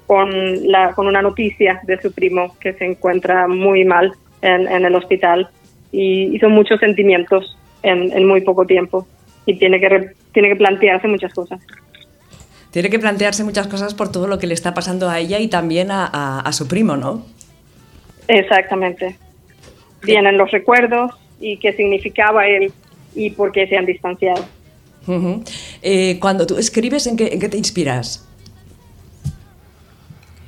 Speaker 5: con, la, con una noticia de su primo que se encuentra muy mal en, en el hospital y, y son muchos sentimientos en, en muy poco tiempo y tiene que re- tiene que plantearse muchas cosas.
Speaker 1: Tiene que plantearse muchas cosas por todo lo que le está pasando a ella y también a, a- a su primo, ¿no?
Speaker 5: Exactamente. Vienen los recuerdos y qué significaba él y por qué se han distanciado.
Speaker 1: Ujú. Eh, cuando tú escribes, ¿en qué, en qué te inspiras?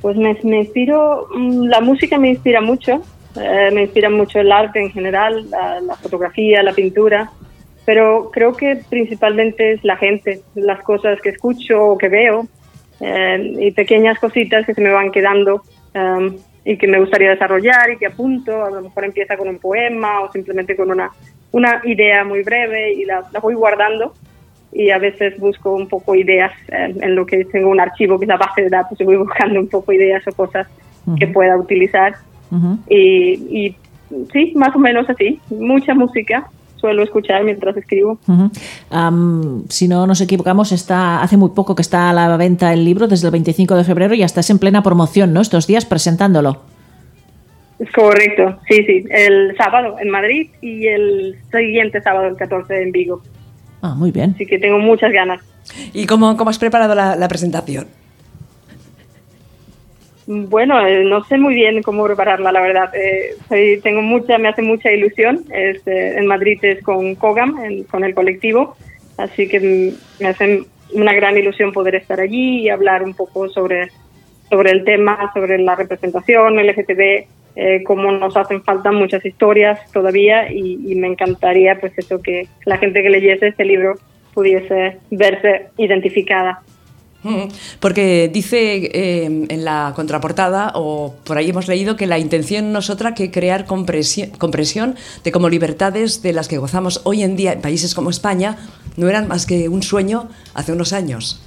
Speaker 5: Pues me, me inspiro, mm, la música me inspira mucho, eh, me inspira mucho el arte en general, la, la fotografía, la pintura, pero creo que principalmente es la gente, las cosas que escucho o que veo eh, y pequeñas cositas que se me van quedando em, y que me gustaría desarrollar y que apunto, a lo mejor empieza con un poema o simplemente con una, una idea muy breve y la, la voy guardando y a veces busco un poco ideas eh, en lo que tengo un archivo que es la base de datos y voy buscando un poco ideas o cosas que pueda utilizar
Speaker 2: Ujú.
Speaker 5: y, y sí, más o menos así, mucha música suelo escuchar mientras escribo.
Speaker 2: Ujú. Am, si no nos equivocamos, está hace muy poco que está a la venta el libro, desde el 25 de febrero, y hasta es en plena promoción, ¿no? Estos días presentándolo.
Speaker 5: Es correcto, sí, sí, el sábado en Madrid y el siguiente sábado, el 14 en Vigo,
Speaker 2: Ah, muy bien.
Speaker 5: así que tengo muchas ganas.
Speaker 1: ¿Y cómo, cómo has preparado la, la presentación?
Speaker 5: Bueno, eh, no sé muy bien cómo prepararla, la verdad. Eh, soy- tengo mucha, me hace mucha ilusión. Es, eh, en Madrid es con COGAM, en- con el colectivo, así que mm, me hace una gran ilusión poder estar allí y hablar un poco sobre, sobre el tema, sobre la representación LGTB, eh, cómo nos hacen falta muchas historias todavía y, y me encantaría pues eso que la gente que leyese este libro pudiese verse identificada.
Speaker 1: Ujú. Porque dice eh, en la contraportada, o por ahí hemos leído, que la intención no es otra que crear compresi- comprensión de cómo libertades de las que gozamos hoy en día en países como España no eran más que un sueño hace unos años.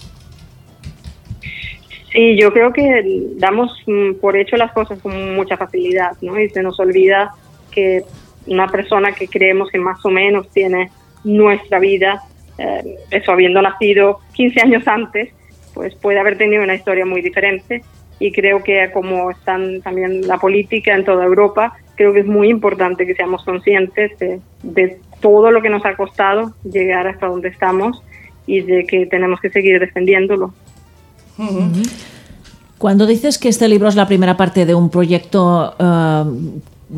Speaker 5: Sí, yo creo que damos mm, por hecho las cosas con mucha facilidad, ¿no? Y se nos olvida que una persona que creemos que más o menos tiene nuestra vida, eh, eso habiendo nacido 15 años antes, pues puede haber tenido una historia muy diferente. Y creo que como están también la política en toda Europa, creo que es muy importante que seamos conscientes de, de todo lo que nos ha costado llegar hasta donde estamos y de que tenemos que seguir defendiéndolo.
Speaker 2: Cuando dices que este libro es la primera parte de un proyecto, eh,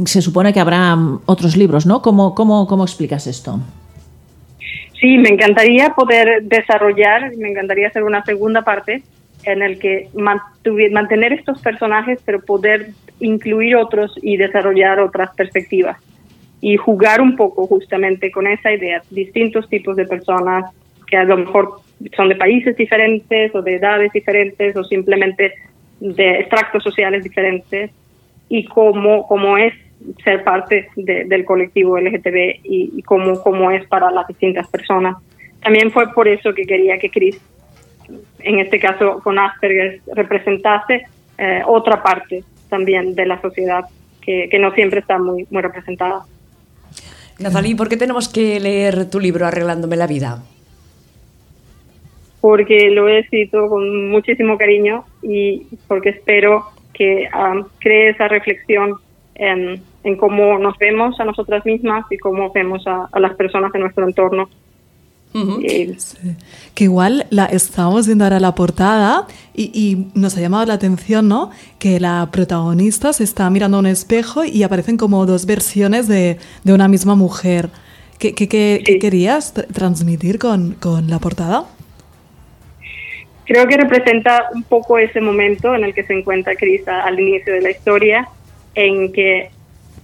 Speaker 2: se supone que habrá mm, otros libros, ¿no? ¿Cómo, cómo, cómo explicas esto?
Speaker 5: Sí, me encantaría poder desarrollar, me encantaría hacer una segunda parte en el que mantuvi- mantener estos personajes, pero poder incluir otros y desarrollar otras perspectivas. Y jugar un poco justamente con esa idea, distintos tipos de personas que a lo mejor son de países diferentes o de edades diferentes o simplemente de extractos sociales diferentes y cómo, cómo es ser parte de- del colectivo LGTB y, y cómo, cómo es para las distintas personas. También fue por eso que quería que Chris, en este caso con Asperger, representase eh, otra parte también de la sociedad que, que no siempre está muy, muy representada.
Speaker 1: Nazalí, ¿por qué tenemos que leer tu libro Arreglándome la vida?
Speaker 5: porque lo he escrito con muchísimo cariño y porque espero que am, cree esa reflexión en, en cómo nos vemos a nosotras mismas y cómo vemos a, a las personas en nuestro entorno.
Speaker 1: Ujú.
Speaker 5: Eh,
Speaker 3: Que igual la estábamos viendo ahora la portada y, y nos ha llamado la atención, ¿no? Que la protagonista se está mirando a un espejo y aparecen como dos versiones de, de una misma mujer. ¿Qué, qué- qué- qué
Speaker 5: Sí.
Speaker 3: querías tr- transmitir con, con la portada?
Speaker 5: creo que representa un poco ese momento en el que se encuentra Chris a- al inicio de la historia, en que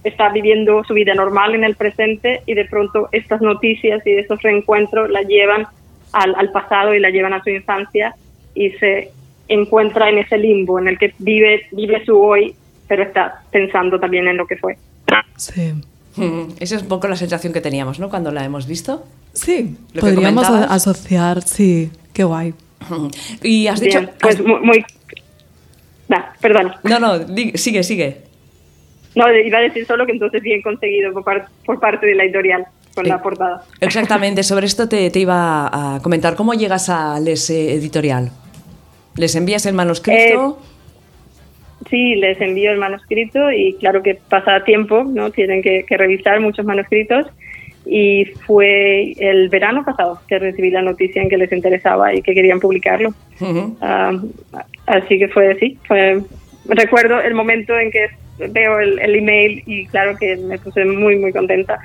Speaker 5: está viviendo su vida normal en el presente y de pronto estas noticias y estos reencuentros la llevan al, al pasado y la llevan a su infancia y se encuentra en ese limbo en el que vive, vive su hoy, pero está pensando también en lo que fue.
Speaker 3: Sí.
Speaker 1: Ujú. Esa es un poco la sensación que teníamos, ¿no? Cuando la hemos visto.
Speaker 3: Sí,
Speaker 1: Lo que
Speaker 3: podríamos a-
Speaker 1: comentabas.
Speaker 3: asociar, sí, qué guay.
Speaker 1: Ujú. Y has dicho...
Speaker 5: Bien, pues muy... muy Nah, perdón.
Speaker 1: No, no, di- sigue, sigue.
Speaker 5: No, iba a decir solo que entonces bien conseguido por, par- por parte de la editorial con
Speaker 1: Eh,
Speaker 5: la portada.
Speaker 1: Exactamente, sobre esto te, te iba a comentar. ¿Cómo llegas a Les eh, Editorial? ¿Les envías el manuscrito?
Speaker 5: Eh, Sí, les envío el manuscrito y claro que pasa tiempo, ¿no? Tienen que, que revisar muchos manuscritos y fue el verano pasado que recibí la noticia en que les interesaba y que querían publicarlo.
Speaker 1: Ujú.
Speaker 5: Ah, así que fue así. Fue, recuerdo el momento en que veo el, el email y claro que me puse muy, muy contenta.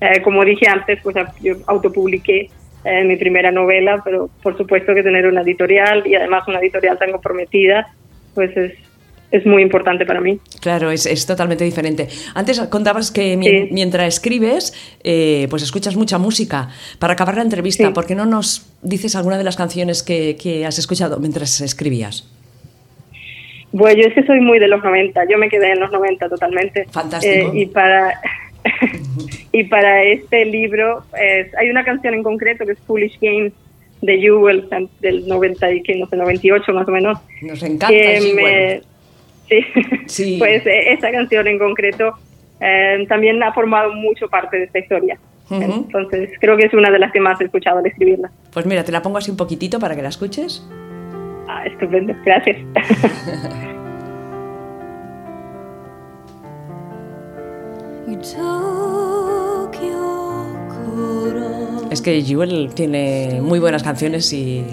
Speaker 5: Eh, como dije antes, pues yo autopubliqué eh, mi primera novela, pero por supuesto que tener una editorial y además una editorial tan comprometida, pues es, es muy importante para mí.
Speaker 1: Claro, es, es totalmente diferente. Antes contabas que mi-
Speaker 5: Sí.
Speaker 1: mientras escribes, eh, pues escuchas mucha música. Para acabar la entrevista,
Speaker 5: Sí.
Speaker 1: ¿por qué no nos dices alguna de las canciones que, que has escuchado mientras escribías?
Speaker 5: Bueno, yo es que soy muy de los 90, yo me quedé en los 90 totalmente.
Speaker 1: Fantástico.
Speaker 5: Eh, y para y para este libro eh, hay una canción en concreto que es Foolish Games de Jewel del 90 y que no sé, 98 más o menos.
Speaker 1: Nos encanta.
Speaker 5: que
Speaker 1: Jewel.
Speaker 5: me- sí.
Speaker 1: Sí.
Speaker 5: pues eh, esa canción en concreto eh, también ha formado mucho parte de esta historia.
Speaker 1: Ujú.
Speaker 5: Entonces creo que es una de las que más he escuchado al escribirla.
Speaker 1: Pues mira, te la pongo así un poquitito para que la escuches.
Speaker 5: Ah, estupendo, gracias.
Speaker 6: You took your coat off.
Speaker 1: Es que Jewel tiene muy buenas canciones y,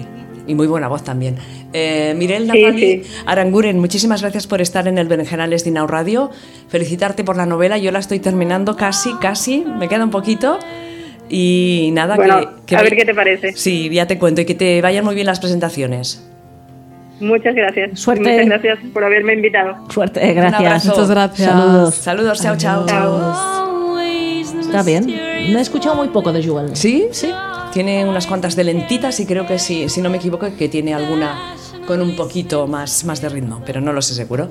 Speaker 1: y muy buena voz también. Eh, Mirel
Speaker 5: Sí,
Speaker 1: Nathalie
Speaker 5: sí.
Speaker 1: Aranguren, muchísimas gracias por estar en el Berenjenales de Inau Radio. Felicitarte por la novela, yo la estoy terminando casi, casi, me queda un poquito. Y nada,
Speaker 5: Bueno,
Speaker 1: que, que
Speaker 5: a
Speaker 1: ve-
Speaker 5: ver qué te parece.
Speaker 1: Sí, ya te cuento y que te vayan muy bien las presentaciones.
Speaker 5: Muchas gracias.
Speaker 2: Suerte.
Speaker 5: Muchas gracias por haberme invitado.
Speaker 2: Suerte,
Speaker 1: Un
Speaker 2: gracias.
Speaker 1: abrazo.
Speaker 3: Muchas gracias.
Speaker 2: Saludos.
Speaker 1: Saludos, chao, chao.
Speaker 5: Chao.
Speaker 6: Always
Speaker 2: Está bien. Me he escuchado muy poco de Joel.
Speaker 1: ¿Sí?
Speaker 2: Sí.
Speaker 1: Tiene unas cuantas de lentitas y creo que sí, si no me equivoco, que tiene alguna con un poquito más, más de ritmo, pero no lo sé seguro.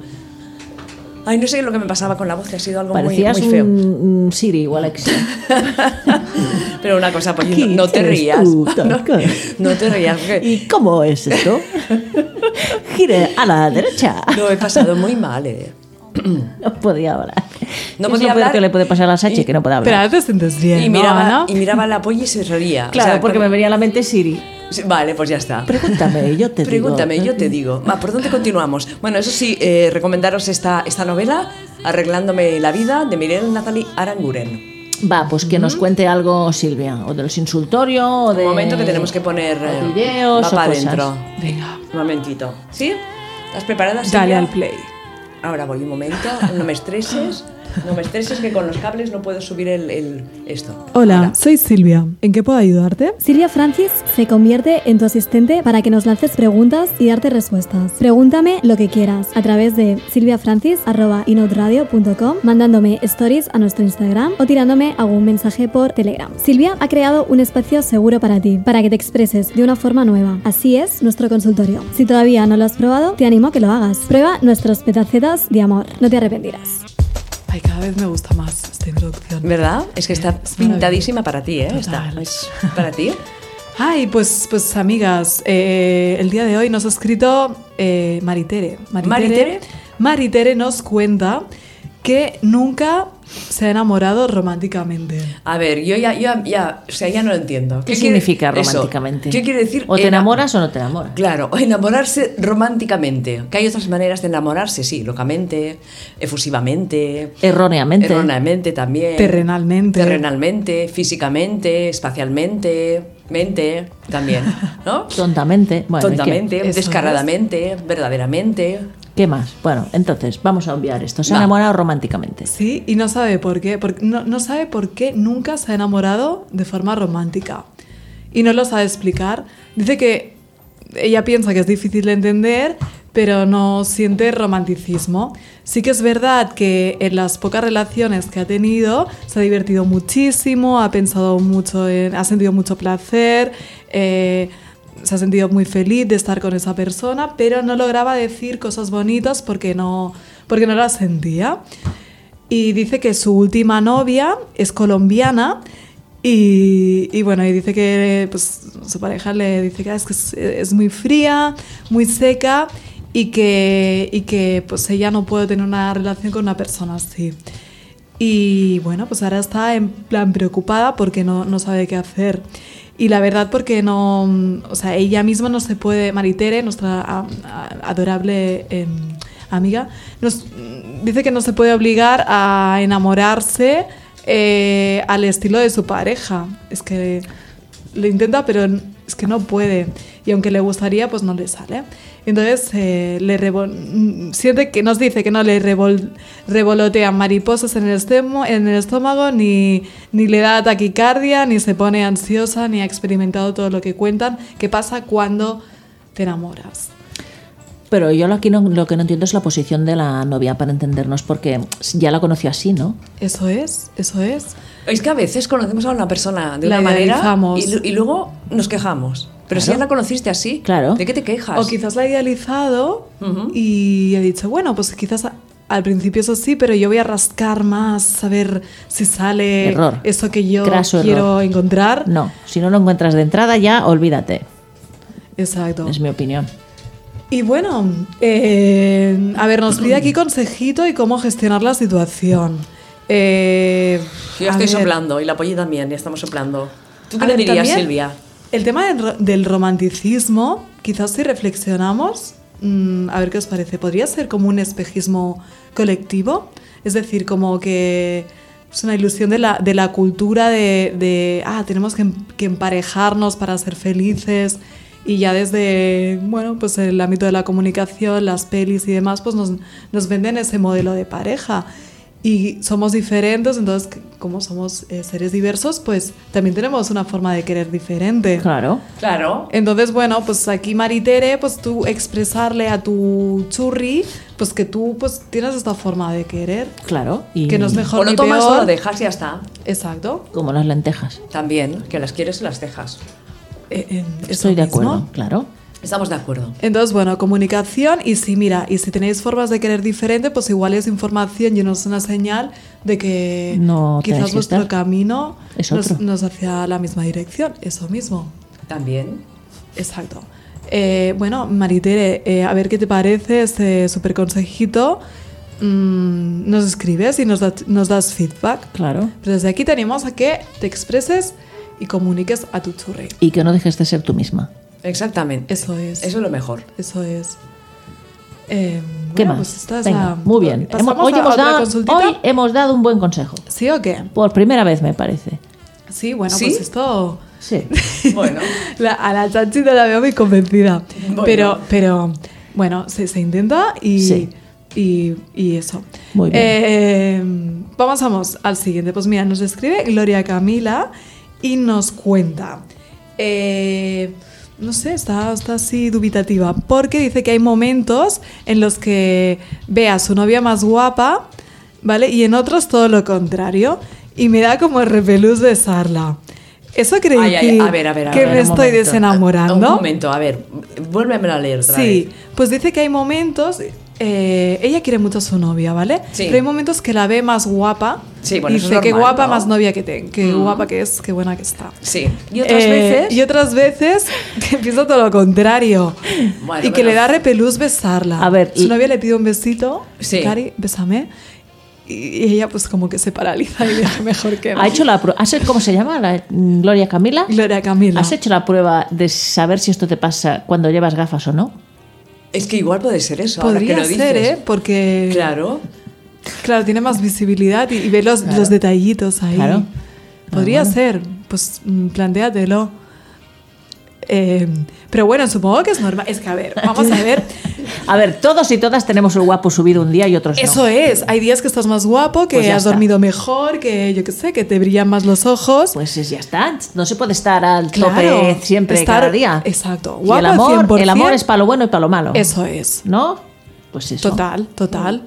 Speaker 1: Ay, no sé lo que me pasaba con la voz, que ha sido algo muy,
Speaker 2: Parecías
Speaker 1: muy feo.
Speaker 2: un, un Siri o Alexia.
Speaker 1: Pero una cosa, pues no,
Speaker 2: Aquí
Speaker 1: no te
Speaker 2: eres
Speaker 1: rías.
Speaker 2: tú,
Speaker 1: no,
Speaker 2: Tarka.
Speaker 1: no te rías. porque-
Speaker 2: ¿Y cómo es esto? Gire a la derecha.
Speaker 1: Lo he pasado muy mal, eh.
Speaker 2: No podía hablar.
Speaker 1: No podía
Speaker 2: Es lo peor
Speaker 1: hablar.
Speaker 2: que le puede pasar a la Sachi, que no puede hablar.
Speaker 3: Pero ahora te sientes bien,
Speaker 1: Y
Speaker 3: ¿no,
Speaker 1: miraba,
Speaker 3: Ana?
Speaker 1: y miraba la polla y se reía. O
Speaker 2: claro,
Speaker 1: sea,
Speaker 2: porque me
Speaker 1: cuando-
Speaker 2: venía a la mente Siri.
Speaker 1: Sí, Vale, pues ya está.
Speaker 2: Pregúntame, y yo te
Speaker 1: Pregúntame,
Speaker 2: digo. ¿eh?
Speaker 1: yo te digo. Ah, ¿Por dónde continuamos? Bueno, eso sí, eh, recomendaros esta, esta novela, Arreglándome la vida, de Mirel Nathalie Aranguren.
Speaker 2: Va, pues que nos cuente algo Silvia, o de los insultorios, o de...
Speaker 1: Un momento que tenemos que poner eh,
Speaker 2: o videos,
Speaker 1: va
Speaker 2: o
Speaker 1: para
Speaker 2: cosas.
Speaker 1: adentro.
Speaker 3: Venga,
Speaker 1: Un momentito. ¿Sí? ¿Estás preparada?
Speaker 3: dale
Speaker 1: Silvia?
Speaker 3: al play.
Speaker 1: Ahora voy un momento. No me estreses. No me estreses que con los cables no puedo subir el, el- esto.
Speaker 3: Hola,
Speaker 1: Ahora.
Speaker 3: soy Silvia. ¿En qué puedo ayudarte?
Speaker 7: Silvia Francis se convierte en tu asistente para que nos lances preguntas y darte respuestas. Pregúntame lo que quieras a través de silviafrancis.inoutradio.com, mandándome stories a nuestro Instagram o tirándome algún mensaje por Telegram. Silvia ha creado un espacio seguro para ti, para que te expreses de una forma nueva. Así es nuestro consultorio. Si todavía no lo has probado, te animo a que lo hagas. Prueba nuestros petacetas de amor. No te arrepentirás.
Speaker 3: Ay, cada vez me gusta más esta introducción.
Speaker 1: ¿Verdad? Es que está
Speaker 3: Es
Speaker 1: pintadísima para ti, ¿eh? Está,
Speaker 3: Total.
Speaker 1: es para ti.
Speaker 3: Ay, pues, pues amigas, eh, el día de hoy nos ha escrito eh, Maritere.
Speaker 1: ¿Maritere?
Speaker 3: Maritere nos cuenta que nunca se ha enamorado románticamente.
Speaker 1: A ver, yo ya, yo ya, ya- o sea, ya no lo entiendo.
Speaker 2: ¿Qué,
Speaker 1: quiere-
Speaker 2: significa
Speaker 1: eso?
Speaker 2: románticamente?
Speaker 1: ¿Qué quiere decir?
Speaker 2: O te
Speaker 1: ena-
Speaker 2: enamoras o no te enamoras.
Speaker 1: Claro, o enamorarse románticamente. Que hay otras maneras de enamorarse, sí, locamente, efusivamente,
Speaker 2: Erróneamente.
Speaker 1: erróneamente también.
Speaker 3: Terrenalmente.
Speaker 1: Terrenalmente, físicamente, espacialmente, mente también, ¿no?
Speaker 2: Tontamente. Bueno, ¿y qué?
Speaker 1: Tontamente,
Speaker 3: Eso es.
Speaker 1: descaradamente, verdaderamente.
Speaker 2: ¿qué, más? Bueno, entonces, vamos a obviar esto. Se ha
Speaker 1: Va.
Speaker 2: enamorado románticamente.
Speaker 3: Sí, y no sabe por qué. por- no, no sabe por qué nunca se ha enamorado de forma romántica. Y no lo sabe explicar. Dice que ella piensa que es difícil de entender, pero no siente romanticismo. Sí que es verdad que en las pocas relaciones que ha tenido se ha divertido muchísimo, ha pensado mucho, en- ha sentido mucho placer. eh, se ha sentido muy feliz de estar con esa persona, pero no lograba decir cosas bonitas porque no, porque no las sentía. Y dice que su última novia es colombiana. Y, y bueno, y dice que pues, su pareja le dice que "Ah, es, que es, es muy fría, muy seca y que, y que pues ella no puede tener una relación con una persona así. Y bueno, pues ahora está en plan preocupada porque no, no sabe qué hacer. Y la verdad porque no, mm, o sea, ella misma no se puede, Maritere, nuestra a- a- adorable em, amiga, nos mm, dice que no se puede obligar a enamorarse eh, al estilo de su pareja. Es que lo intenta, pero es que no puede. Y aunque le gustaría, pues no le sale. Entonces, eh, le revol- siente que nos dice que no le revol- revolotean mariposas en el, estemo- en el estómago, ni, ni le da taquicardia, ni se pone ansiosa, ni ha experimentado todo lo que cuentan, que pasa cuando te enamoras.
Speaker 2: Pero yo lo, aquí no- lo que no entiendo es la posición de la novia para entendernos, porque ya la conoció así, ¿no?
Speaker 3: Eso es, eso es.
Speaker 1: Es que a veces conocemos a una persona de
Speaker 3: La
Speaker 1: una manera
Speaker 3: idealizamos.
Speaker 1: y, lu- y luego nos quejamos. Pero si ya la conociste así,
Speaker 2: Claro.
Speaker 1: ¿de qué te quejas?
Speaker 3: O quizás la ha idealizado y ha dicho, bueno, pues quizás a- al principio eso sí, pero yo voy a rascar más, a ver si sale
Speaker 2: Error.
Speaker 3: eso que yo
Speaker 2: Craso
Speaker 3: quiero
Speaker 2: error.
Speaker 3: encontrar.
Speaker 2: No, si no lo encuentras de entrada ya, olvídate.
Speaker 3: Exacto.
Speaker 2: Es mi opinión.
Speaker 3: Y bueno, eh, a ver, nos pide aquí consejito y cómo gestionar la situación. Eh,
Speaker 1: Yo ya
Speaker 3: a
Speaker 1: estoy
Speaker 3: ver,
Speaker 1: soplando y la polla también, ya estamos soplando. ¿Tú
Speaker 3: a
Speaker 1: qué le
Speaker 3: ver,
Speaker 1: dirías,
Speaker 3: también,
Speaker 1: Silvia?
Speaker 3: El tema del, ro- del romanticismo, quizás si reflexionamos, mm, a ver qué os parece, podría ser como un espejismo colectivo, es decir, como que es una ilusión de la, de la cultura de, de, ah, tenemos que, em- que emparejarnos para ser felices y ya desde, bueno, pues el ámbito de la comunicación, las pelis y demás, pues nos, nos venden ese modelo de pareja y somos diferentes, entonces c- como somos eh, seres diversos, pues también tenemos una forma de querer diferente.
Speaker 2: Claro.
Speaker 1: Claro.
Speaker 3: Entonces, bueno, pues aquí Maritere, pues tú expresarle a tu churri, pues que tú pues tienes esta forma de querer,
Speaker 2: Claro. Y
Speaker 3: que no es mejor
Speaker 1: O lo
Speaker 3: ni
Speaker 1: tomas o
Speaker 3: peor.
Speaker 1: lo dejas y ya está.
Speaker 3: Exacto.
Speaker 2: Como las lentejas.
Speaker 1: También, que las quieres las dejas.
Speaker 3: Eh, eh, eso
Speaker 2: Estoy de
Speaker 3: mismo.
Speaker 2: acuerdo, claro.
Speaker 1: Estamos de acuerdo.
Speaker 3: Entonces, bueno, comunicación y si mira, y si tenéis formas de querer diferente, pues igual es información y no es una señal de que
Speaker 2: No tenéis
Speaker 3: quizás
Speaker 2: que
Speaker 3: vuestro
Speaker 2: estar.
Speaker 3: camino
Speaker 2: Es
Speaker 3: nos,
Speaker 2: otro.
Speaker 3: nos hacia la misma dirección, eso mismo.
Speaker 1: También.
Speaker 3: Exacto. Eh, bueno, Maritere, eh, a ver qué te parece este súper consejito. Mm, nos escribes y nos, da- nos das feedback.
Speaker 2: Claro.
Speaker 3: Pero desde aquí tenemos a que te expreses y comuniques a tu churri.
Speaker 2: Y que no dejes de ser tú misma.
Speaker 1: Exactamente.
Speaker 3: Eso es.
Speaker 1: Eso es lo mejor.
Speaker 3: Eso es. Eh,
Speaker 2: ¿Qué
Speaker 3: bueno,
Speaker 2: más?
Speaker 3: pues esta es
Speaker 2: Venga,
Speaker 3: la-
Speaker 2: muy bien.
Speaker 3: ¿Pasamos
Speaker 2: Hemos- hoy,
Speaker 3: a
Speaker 2: hemos
Speaker 3: otra
Speaker 2: dado,
Speaker 3: consultita?
Speaker 2: hoy hemos dado un buen consejo.
Speaker 3: ¿Sí o qué?
Speaker 2: Por primera vez, me parece.
Speaker 3: Sí, bueno,
Speaker 1: ¿Sí?
Speaker 3: pues esto...
Speaker 2: Sí.
Speaker 1: Bueno.
Speaker 3: La- a la chanchita la veo muy convencida. Pero, pero bueno, se, se intenta y,
Speaker 2: Sí.
Speaker 3: y, y eso.
Speaker 2: Muy bien.
Speaker 3: Eh, vamos, vamos al siguiente. Pues mira, nos escribe Gloria Camila y nos cuenta. eh, no sé, está, está así dubitativa, porque dice que hay momentos en los que ve a su novia más guapa, ¿vale? Y en otros todo lo contrario, y me da como repelús besarla. Eso creí
Speaker 1: Ay, ay,
Speaker 3: que-
Speaker 1: a ver, a ver, a
Speaker 3: que
Speaker 1: ver,
Speaker 3: me
Speaker 1: un
Speaker 3: estoy
Speaker 2: momento.
Speaker 3: desenamorando.
Speaker 1: Un momento, a ver, vuélveme a leer otra
Speaker 3: Sí,
Speaker 1: vez.
Speaker 3: pues dice que hay momentos. eh, ella quiere mucho a su novia, ¿vale?
Speaker 1: Sí.
Speaker 3: Pero hay momentos que la ve más guapa.
Speaker 1: Sí, bueno,
Speaker 3: y
Speaker 1: eso es
Speaker 3: dice que
Speaker 1: normal,
Speaker 3: guapa
Speaker 1: ¿no? Mm.
Speaker 3: más novia que ten, que guapa que es, que buena que está.
Speaker 1: Sí. Y otras
Speaker 3: Eh,
Speaker 1: veces.
Speaker 3: Y otras veces que piensa todo lo contrario.
Speaker 1: Bueno,
Speaker 3: y que
Speaker 1: pero-
Speaker 3: le da repelús besarla.
Speaker 2: A ver,
Speaker 3: su
Speaker 2: y-
Speaker 3: novia le pide un besito.
Speaker 1: Sí.
Speaker 3: Cari, bésame. Y, y ella, pues, como que se paraliza y dice, mejor que. no".
Speaker 2: Ha hecho la prueba. ¿Cómo se llama? La, Gloria Camila.
Speaker 3: Gloria Camila.
Speaker 2: ¿Has hecho la prueba de saber si esto te pasa cuando llevas gafas o no?
Speaker 1: Es que igual puede ser eso. ahora que
Speaker 3: Podría
Speaker 1: lo dices.
Speaker 3: ser, ¿eh? Porque.
Speaker 1: Claro.
Speaker 3: Claro, tiene más visibilidad y, y ve los, los detallitos ahí.
Speaker 2: Claro. Ah,
Speaker 3: Podría ser, pues mm, plantéatelo. Eh, pero bueno, supongo que es normal. Es que, a ver, vamos a ver.
Speaker 2: A ver, todos y todas tenemos el guapo subido un día y otros Pues no.
Speaker 3: Eso es, hay días que estás más guapo, que
Speaker 2: Pues ya
Speaker 3: has
Speaker 2: está.
Speaker 3: dormido mejor, que yo qué sé, que te brillan más los ojos.
Speaker 2: Pues es- ya está. No se puede estar al
Speaker 3: Claro,
Speaker 2: tope siempre,
Speaker 3: estar-
Speaker 2: cada día.
Speaker 3: exacto.
Speaker 2: Y
Speaker 3: Guapo
Speaker 2: el amor,
Speaker 3: 100%.
Speaker 2: el amor es para lo bueno y para lo malo.
Speaker 3: Eso es.
Speaker 2: ¿No? Pues eso.
Speaker 3: Total, total.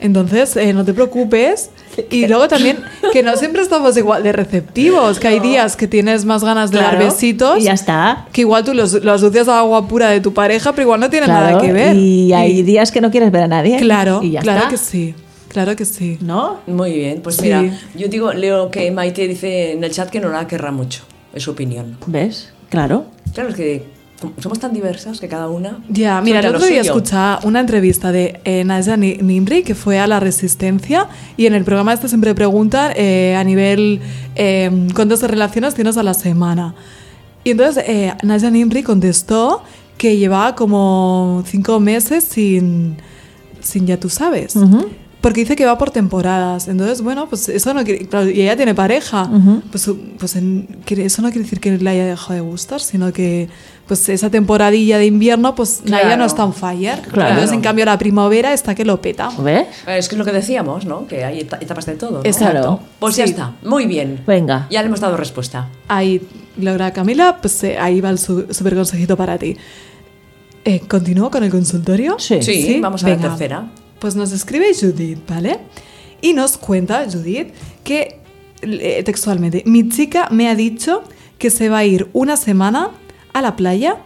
Speaker 3: Entonces, eh, no te preocupes. Y luego también que no siempre estamos igual de receptivos, que hay días que tienes más ganas de dar
Speaker 2: Claro,
Speaker 3: besitos.
Speaker 2: y ya está.
Speaker 3: Que igual tú los, lo asocias a agua pura de tu pareja, pero igual no tiene nada
Speaker 2: Claro,
Speaker 3: que ver.
Speaker 2: Y hay días que no quieres ver a nadie.
Speaker 3: Claro,
Speaker 2: y ya
Speaker 3: claro
Speaker 2: está.
Speaker 3: que sí. Claro que sí.
Speaker 2: ¿No?
Speaker 1: Muy bien. Pues
Speaker 3: Sí.
Speaker 1: mira, yo digo, leo que Maite dice en el chat que no la querrá mucho. Es su opinión.
Speaker 2: ¿Ves? Claro.
Speaker 1: Claro, es que somos tan diversas que cada una.
Speaker 3: Ya, mira, el
Speaker 1: suelta lo
Speaker 3: otro día
Speaker 1: suyo.
Speaker 3: escuchaba una entrevista de eh, Nadia Ni- Nimri, que fue a La Resistencia, y en el programa este siempre preguntan eh, a nivel eh, cuántas relaciones tienes a la semana. Y entonces eh, Nadia Nimri contestó que llevaba como cinco meses sin, sin ya tú sabes. porque dice que va por temporadas. Entonces, bueno, pues eso no quiere. claro, y ella tiene pareja. Pues, pues en- quiere- eso no quiere decir que le haya dejado de gustar, sino que pues esa temporadilla de invierno, pues Naya no
Speaker 1: Claro.
Speaker 3: está on fire.
Speaker 2: Claro.
Speaker 3: Entonces, en cambio, la primavera está que lo peta.
Speaker 2: ¿Ves?
Speaker 1: Eh, Es que es lo que decíamos, ¿no? Que hay eta- etapas de todo. ¿no?
Speaker 2: Exacto. Pues- Claro.
Speaker 1: Pues ya
Speaker 3: Sí.
Speaker 1: está. Muy bien.
Speaker 2: Venga.
Speaker 1: Ya le hemos dado respuesta.
Speaker 3: Ahí, Laura Camila, pues eh, ahí va el su- super consejito para ti. Eh, ¿Continúo con el consultorio?
Speaker 2: Sí.
Speaker 1: Sí, vamos a la tercera.
Speaker 3: Pues nos escribe Judith, ¿vale? Y nos cuenta, Judith, que eh, textualmente, mi chica me ha dicho que se va a ir una semana a la playa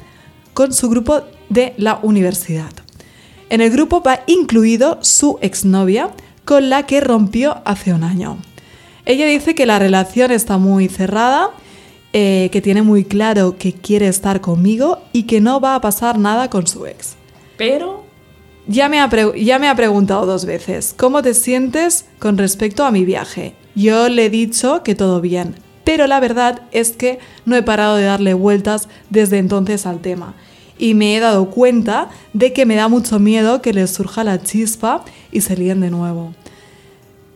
Speaker 3: con su grupo de la universidad. En el grupo va incluido su exnovia, con la que rompió hace un año. Ella dice que la relación está muy cerrada, eh, que tiene muy claro que quiere estar conmigo y que no va a pasar nada con su ex.
Speaker 1: Pero.
Speaker 3: Ya me, ha pre- ya me ha preguntado dos veces, ¿cómo te sientes con respecto a mi viaje? Yo le he dicho que todo bien, pero la verdad es que no he parado de darle vueltas desde entonces al tema. Y me he dado cuenta de que me da mucho miedo que les surja la chispa y se líen de nuevo.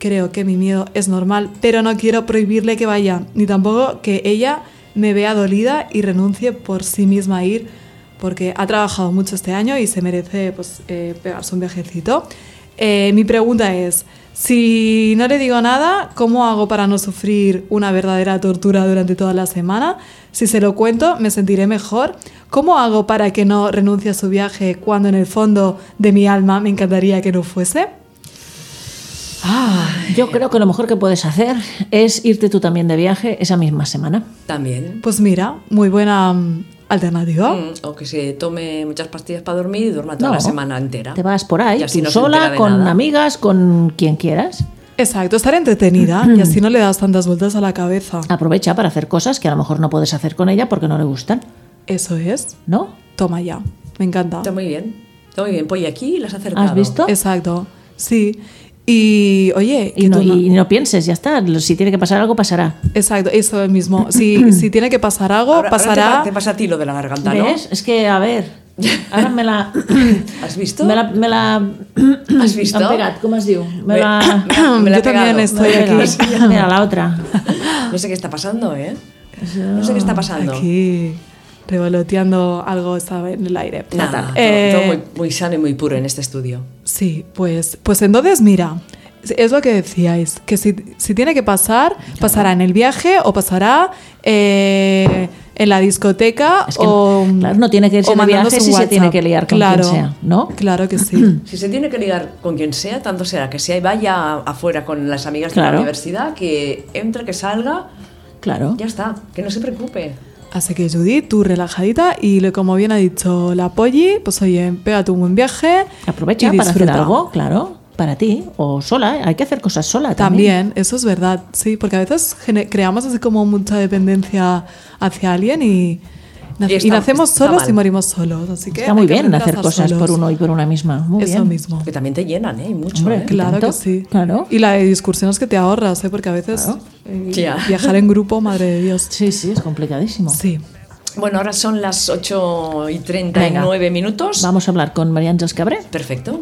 Speaker 3: Creo que mi miedo es normal, pero no quiero prohibirle que vaya, ni tampoco que ella me vea dolida y renuncie por sí misma a ir, porque ha trabajado mucho este año y se merece pues, eh, pegarse un viajecito. Eh, mi pregunta es, si no le digo nada, ¿cómo hago para no sufrir una verdadera tortura durante toda la semana? Si se lo cuento, me sentiré mejor. ¿Cómo hago para que no renuncie a su viaje cuando en el fondo de mi alma me encantaría que no fuese?
Speaker 2: Yo creo que lo mejor que puedes hacer es irte tú también de viaje esa misma semana.
Speaker 1: También.
Speaker 3: Pues mira, muy buena mm, alternativa.
Speaker 1: Mm, O que se tome muchas pastillas para dormir y duerma toda
Speaker 2: No.
Speaker 1: la semana entera.
Speaker 2: Te vas por ahí,
Speaker 1: Y así
Speaker 2: tú
Speaker 1: no se entera
Speaker 2: sola,
Speaker 1: de
Speaker 2: con
Speaker 1: nada.
Speaker 2: amigas, con quien quieras.
Speaker 3: Exacto, estar entretenida y así no le das tantas vueltas a la cabeza.
Speaker 2: Aprovecha para hacer cosas que a lo mejor no puedes hacer con ella porque no le gustan,
Speaker 3: Eso es.
Speaker 2: ¿no?
Speaker 3: Toma ya. Me encanta.
Speaker 1: Está muy bien. Está muy bien. Pues y aquí las has acertado.
Speaker 2: ¿Has visto?
Speaker 3: Exacto. Sí. Y oye,
Speaker 2: Y
Speaker 3: que
Speaker 2: no,
Speaker 3: tú no-
Speaker 2: y no pienses, ya está. Si tiene que pasar algo, pasará.
Speaker 3: exacto, eso mismo. Si, si tiene que pasar algo,
Speaker 1: Ahora- ahora te
Speaker 3: pasará.
Speaker 1: pa- te, pasa a ti lo de la garganta, ¿no?
Speaker 2: ¿Ves? Es que, a ver, ara me la...
Speaker 1: ¿Has visto?
Speaker 2: Me la... Me la
Speaker 1: ¿Has visto?
Speaker 2: Em pegat, com es diu? Me
Speaker 1: Me-
Speaker 2: la...
Speaker 1: me la- me la he
Speaker 3: Yo también
Speaker 1: pegado. Me
Speaker 3: estoy
Speaker 1: la he
Speaker 3: aquí.
Speaker 1: pegado, sí.
Speaker 2: Mira, Mira, la otra.
Speaker 1: No sé qué está pasando, ¿eh? No sé qué está pasando.
Speaker 3: Aquí revoloteando algo estaba en el aire.
Speaker 1: Nada, todo-
Speaker 3: Eh,
Speaker 1: todo, muy, muy sano y muy puro en este estudio.
Speaker 3: Sí, pues, pues entonces mira, es lo que decíais, que si, si tiene que pasar, pasará en el viaje o pasará eh, en la discoteca
Speaker 2: Es que,
Speaker 3: o...
Speaker 2: claro, no tiene que irse
Speaker 3: o
Speaker 2: de viaje
Speaker 3: mandándose un
Speaker 2: si se
Speaker 3: WhatsApp.
Speaker 2: tiene que liar con
Speaker 3: claro,
Speaker 2: quien sea, ¿no?
Speaker 3: Claro que sí.
Speaker 1: Si se tiene que ligar con quien sea, tanto será que sea y vaya afuera con las amigas de
Speaker 2: Claro.
Speaker 1: la universidad, que entre, que salga,
Speaker 2: Claro.
Speaker 1: ya está, que no se preocupe.
Speaker 3: Así que Judith, tú relajadita y lo- como bien ha dicho la Polly, pues oye, pégate un buen viaje
Speaker 2: Aprovecha
Speaker 3: y
Speaker 2: para hacer
Speaker 3: disfruta.
Speaker 2: algo, claro, para ti o sola. ¿eh? Hay que hacer cosas sola también.
Speaker 3: También, eso es verdad, sí, porque a veces gene- creamos así como mucha dependencia hacia alguien y, nac-
Speaker 1: Y está-
Speaker 3: y nacemos
Speaker 1: está
Speaker 3: solos y
Speaker 1: mal.
Speaker 3: morimos solos. Así que
Speaker 2: Está muy
Speaker 3: hay que
Speaker 2: bien
Speaker 3: aprender a
Speaker 2: hacer
Speaker 3: estar
Speaker 2: cosas por
Speaker 3: solos.
Speaker 2: uno y por una misma. Muy
Speaker 3: eso
Speaker 2: bien.
Speaker 3: mismo.
Speaker 1: Que también te llenan, ¿eh? Y mucho.
Speaker 2: Hombre,
Speaker 1: ¿eh?
Speaker 2: que-
Speaker 3: Claro
Speaker 2: tanto?
Speaker 3: que sí.
Speaker 2: Claro.
Speaker 3: Y la de discusiones que te ahorras, ¿eh? porque a veces eh,
Speaker 1: Ya.
Speaker 3: viajar en grupo, madre de Dios.
Speaker 2: Sí, sí, es complicadísimo.
Speaker 3: Sí.
Speaker 1: Bueno, ahora son las 8 y 39 minutos.
Speaker 2: Vamos a hablar con María Ángeles Cabré.
Speaker 1: Perfecto.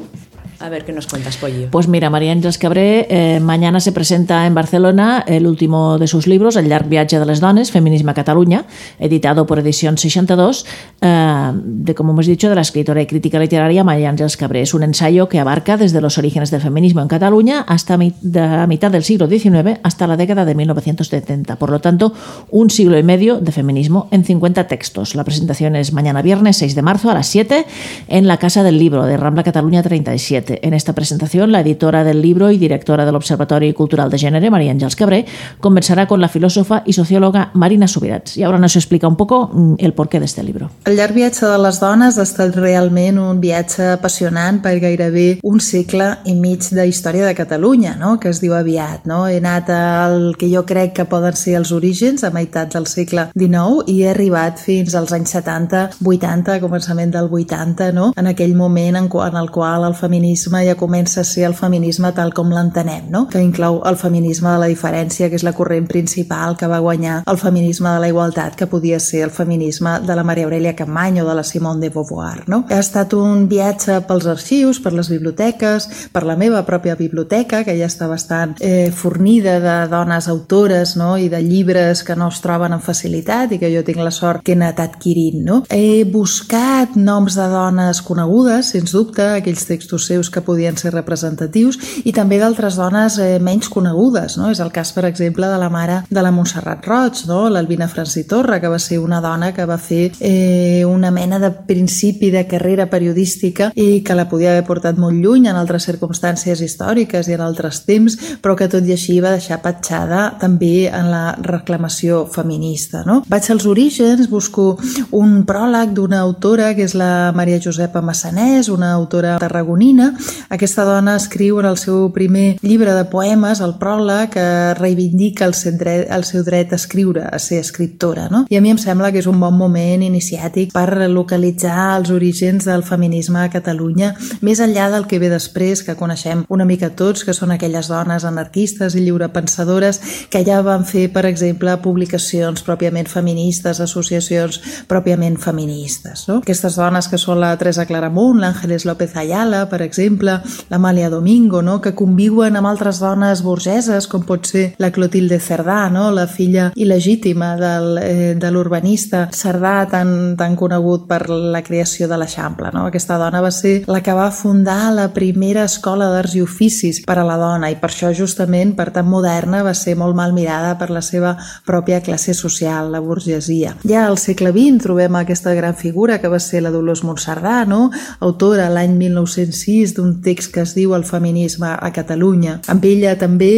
Speaker 1: A ver qué nos cuentas, Pollo.
Speaker 2: Pues mira, María Àngels Cabré eh, mañana se presenta en Barcelona el último de sus libros, El llarg viatge de les dones, Feminisme a Cataluña, editado por Edición 62, eh, de, como hemos dicho, de la escritora y crítica literaria María Àngels Cabré. Es un ensayo que abarca desde los orígenes del feminismo en Cataluña hasta mi- de la mitad del siglo XIX hasta la década de 1970. Por lo tanto, un siglo y medio de feminismo en 50 textos. La presentación es mañana viernes 6 de marzo a las 7 en la Casa del Libro de Rambla Cataluña 37. En esta presentación, la editora del libro y directora del Observatorio Cultural de Género, María Àngels Cabré, conversará con la filósofa y socióloga Marina Subirats. Y ahora nos explica un poco mm, el porqué de este libro.
Speaker 8: El llarg viatge de les dones ha estat realment un viatge apassionant per gairebé un segle i mig de història de Catalunya, no? que es diu aviat. No? He anat al que jo crec que poden ser els orígens, a meitat del segle XIX, i he arribat fins als anys 70, 80, començament del 80, no? en aquell moment en, qua- en el qual el feminisme feminisme ja comença a ser el feminisme tal com l'entenem, no? que inclou el feminisme de la diferència, que és la corrent principal que va guanyar el feminisme de la igualtat, que podia ser el feminisme de la Maria Aurelia Capmany o de la Simone de Beauvoir. No? Ha estat un viatge pels arxius, per les biblioteques, per la meva pròpia biblioteca, que ja està bastant eh, fornida de dones autores no? i de llibres que no es troben amb facilitat i que jo tinc la sort que he anat adquirint. No? He buscat noms de dones conegudes, sens dubte, aquells textos seus que podien ser representatius, i també d'altres dones eh, menys conegudes. No? És el cas, per exemple, de la mare de la Montserrat Roig, no? l'Albina Franci Torra, que va ser una dona que va fer eh, una mena de principi de carrera periodística i que la podia haver portat molt lluny en altres circumstàncies històriques i en altres temps, però que tot i així va deixar petjada també en la reclamació feminista. No? Vaig als orígens, busco un pròleg d'una autora que és la Maria Josepa Massanès, una autora tarragonina. Aquesta dona escriu en el seu primer llibre de poemes, el pròleg, que reivindica el seu dret, el seu dret a escriure, a ser escriptora. No? I a mi em sembla que és un bon moment iniciàtic per localitzar els orígens del feminisme a Catalunya, més enllà del que ve després, que coneixem una mica tots, que són aquelles dones anarquistes i lliurepensadores que ja van fer, per exemple, publicacions pròpiament feministes, associacions pròpiament feministes. No? Aquestes dones que són la Teresa Claramunt, l'Àngeles López Ayala, per exemple, l'Amàlia Domingo, no? que conviuen amb altres dones burgeses, com pot ser la Clotilde Cerdà, no? la filla il·legítima del, eh, de l'urbanista Cerdà, tan, tan conegut per la creació de l'Eixample. No? Aquesta dona va ser la que va fundar la primera escola d'arts i oficis per a la dona i per això justament, per tant moderna, va ser molt mal mirada per la seva pròpia classe social, la burgesia. Ja al segle XX trobem aquesta gran figura que va ser la Dolors Montserrat, no? autora l'any 1906 d'un text que es diu El feminisme a Catalunya. Amb ella també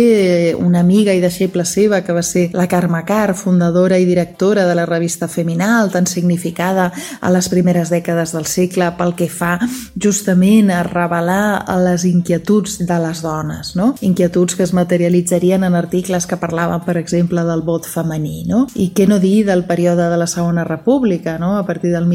Speaker 8: eh, una amiga i deixeble seva que va ser la Carme Car, fundadora i directora de la revista Feminal, tan significada a les primeres dècades del segle pel que fa justament a revelar les inquietuds de les dones, no? inquietuds que es materialitzarien en articles que parlaven, per exemple, del vot femení. No? I què no dir del període de la Segona República, no? a partir del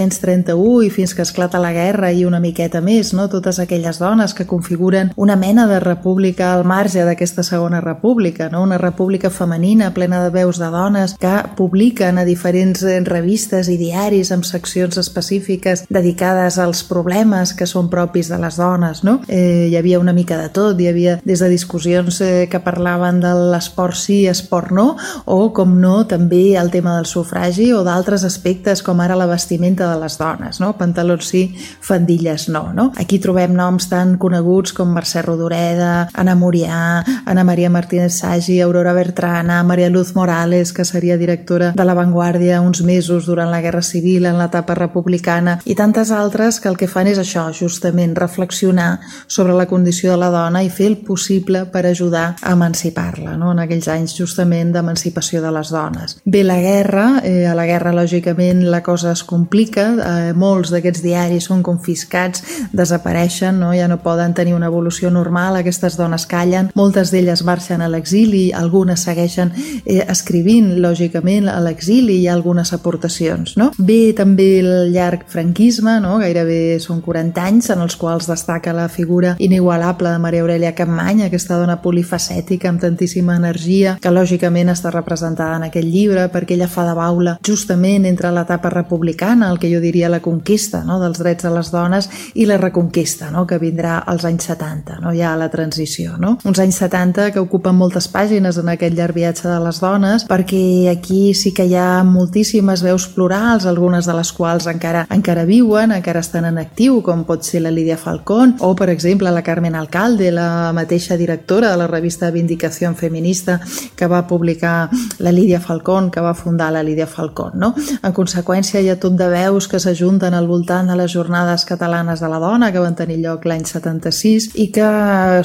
Speaker 8: 1931 i fins que esclata la guerra i una miqueta més, no? totes aquelles dones que configuren una mena de república al marge d'aquesta Segona República, no? una república femenina plena de veus de dones que publiquen a diferents revistes i diaris amb seccions específiques dedicades als problemes que són propis de les dones. No? Eh, hi havia una mica de tot, hi havia des de discussions eh, que parlaven de l'esport sí, esport no, o com no, també el tema del sufragi o d'altres aspectes com ara la vestimenta de les dones, no? pantalons sí, fandilles no, no. Aquí trobem noms tan coneguts com Mercè Rodoreda, Anna Murià, Anna Maria Martínez Sagi, Aurora Bertrana, Maria Luz Morales, que seria directora de La Vanguardia uns mesos durant la Guerra Civil en l'etapa republicana i tantes altres que el que fan és això, justament reflexionar sobre la condició de la dona i fer el possible per ajudar a emancipar-la, no? en aquells anys justament d'emancipació de les dones. Ve la guerra, eh, a la guerra lògicament la cosa es complica, eh, molts d'aquests diaris són confiscats, desapareixen, no? ja no poden tenir una evolució normal, aquestes dones callen, moltes d'elles marxen a l'exili, algunes segueixen eh, escrivint, lògicament, a l'exili, hi ha algunes aportacions. No? Ve també el llarg franquisme, no? gairebé són 40 anys, en els quals destaca la figura inigualable de Maria Aurelia Capmany, aquesta dona polifacètica amb tantíssima energia, que lògicament està representada en aquest llibre perquè ella fa de baula justament entre l'etapa republicana, el que jo diria la conquesta no? dels drets de les dones i la reconquesta, no? que vindrà als anys 70, no? ja a la transició. No? Uns anys 70 que ocupen moltes pàgines en aquest llarg viatge de les dones perquè aquí sí que hi ha moltíssimes veus plurals, algunes de les quals encara encara viuen, encara estan en actiu, com pot ser la Lídia Falcón o, per exemple, la Carmen Alcalde, la mateixa directora de la revista Vindicació Feminista que va publicar la Lídia Falcón, que va fundar la Lídia Falcón. No? En conseqüència, hi ha tot de veus que s'ajunten al voltant de les jornades catalanes de la dona que van tenir lloc l'any 76 i que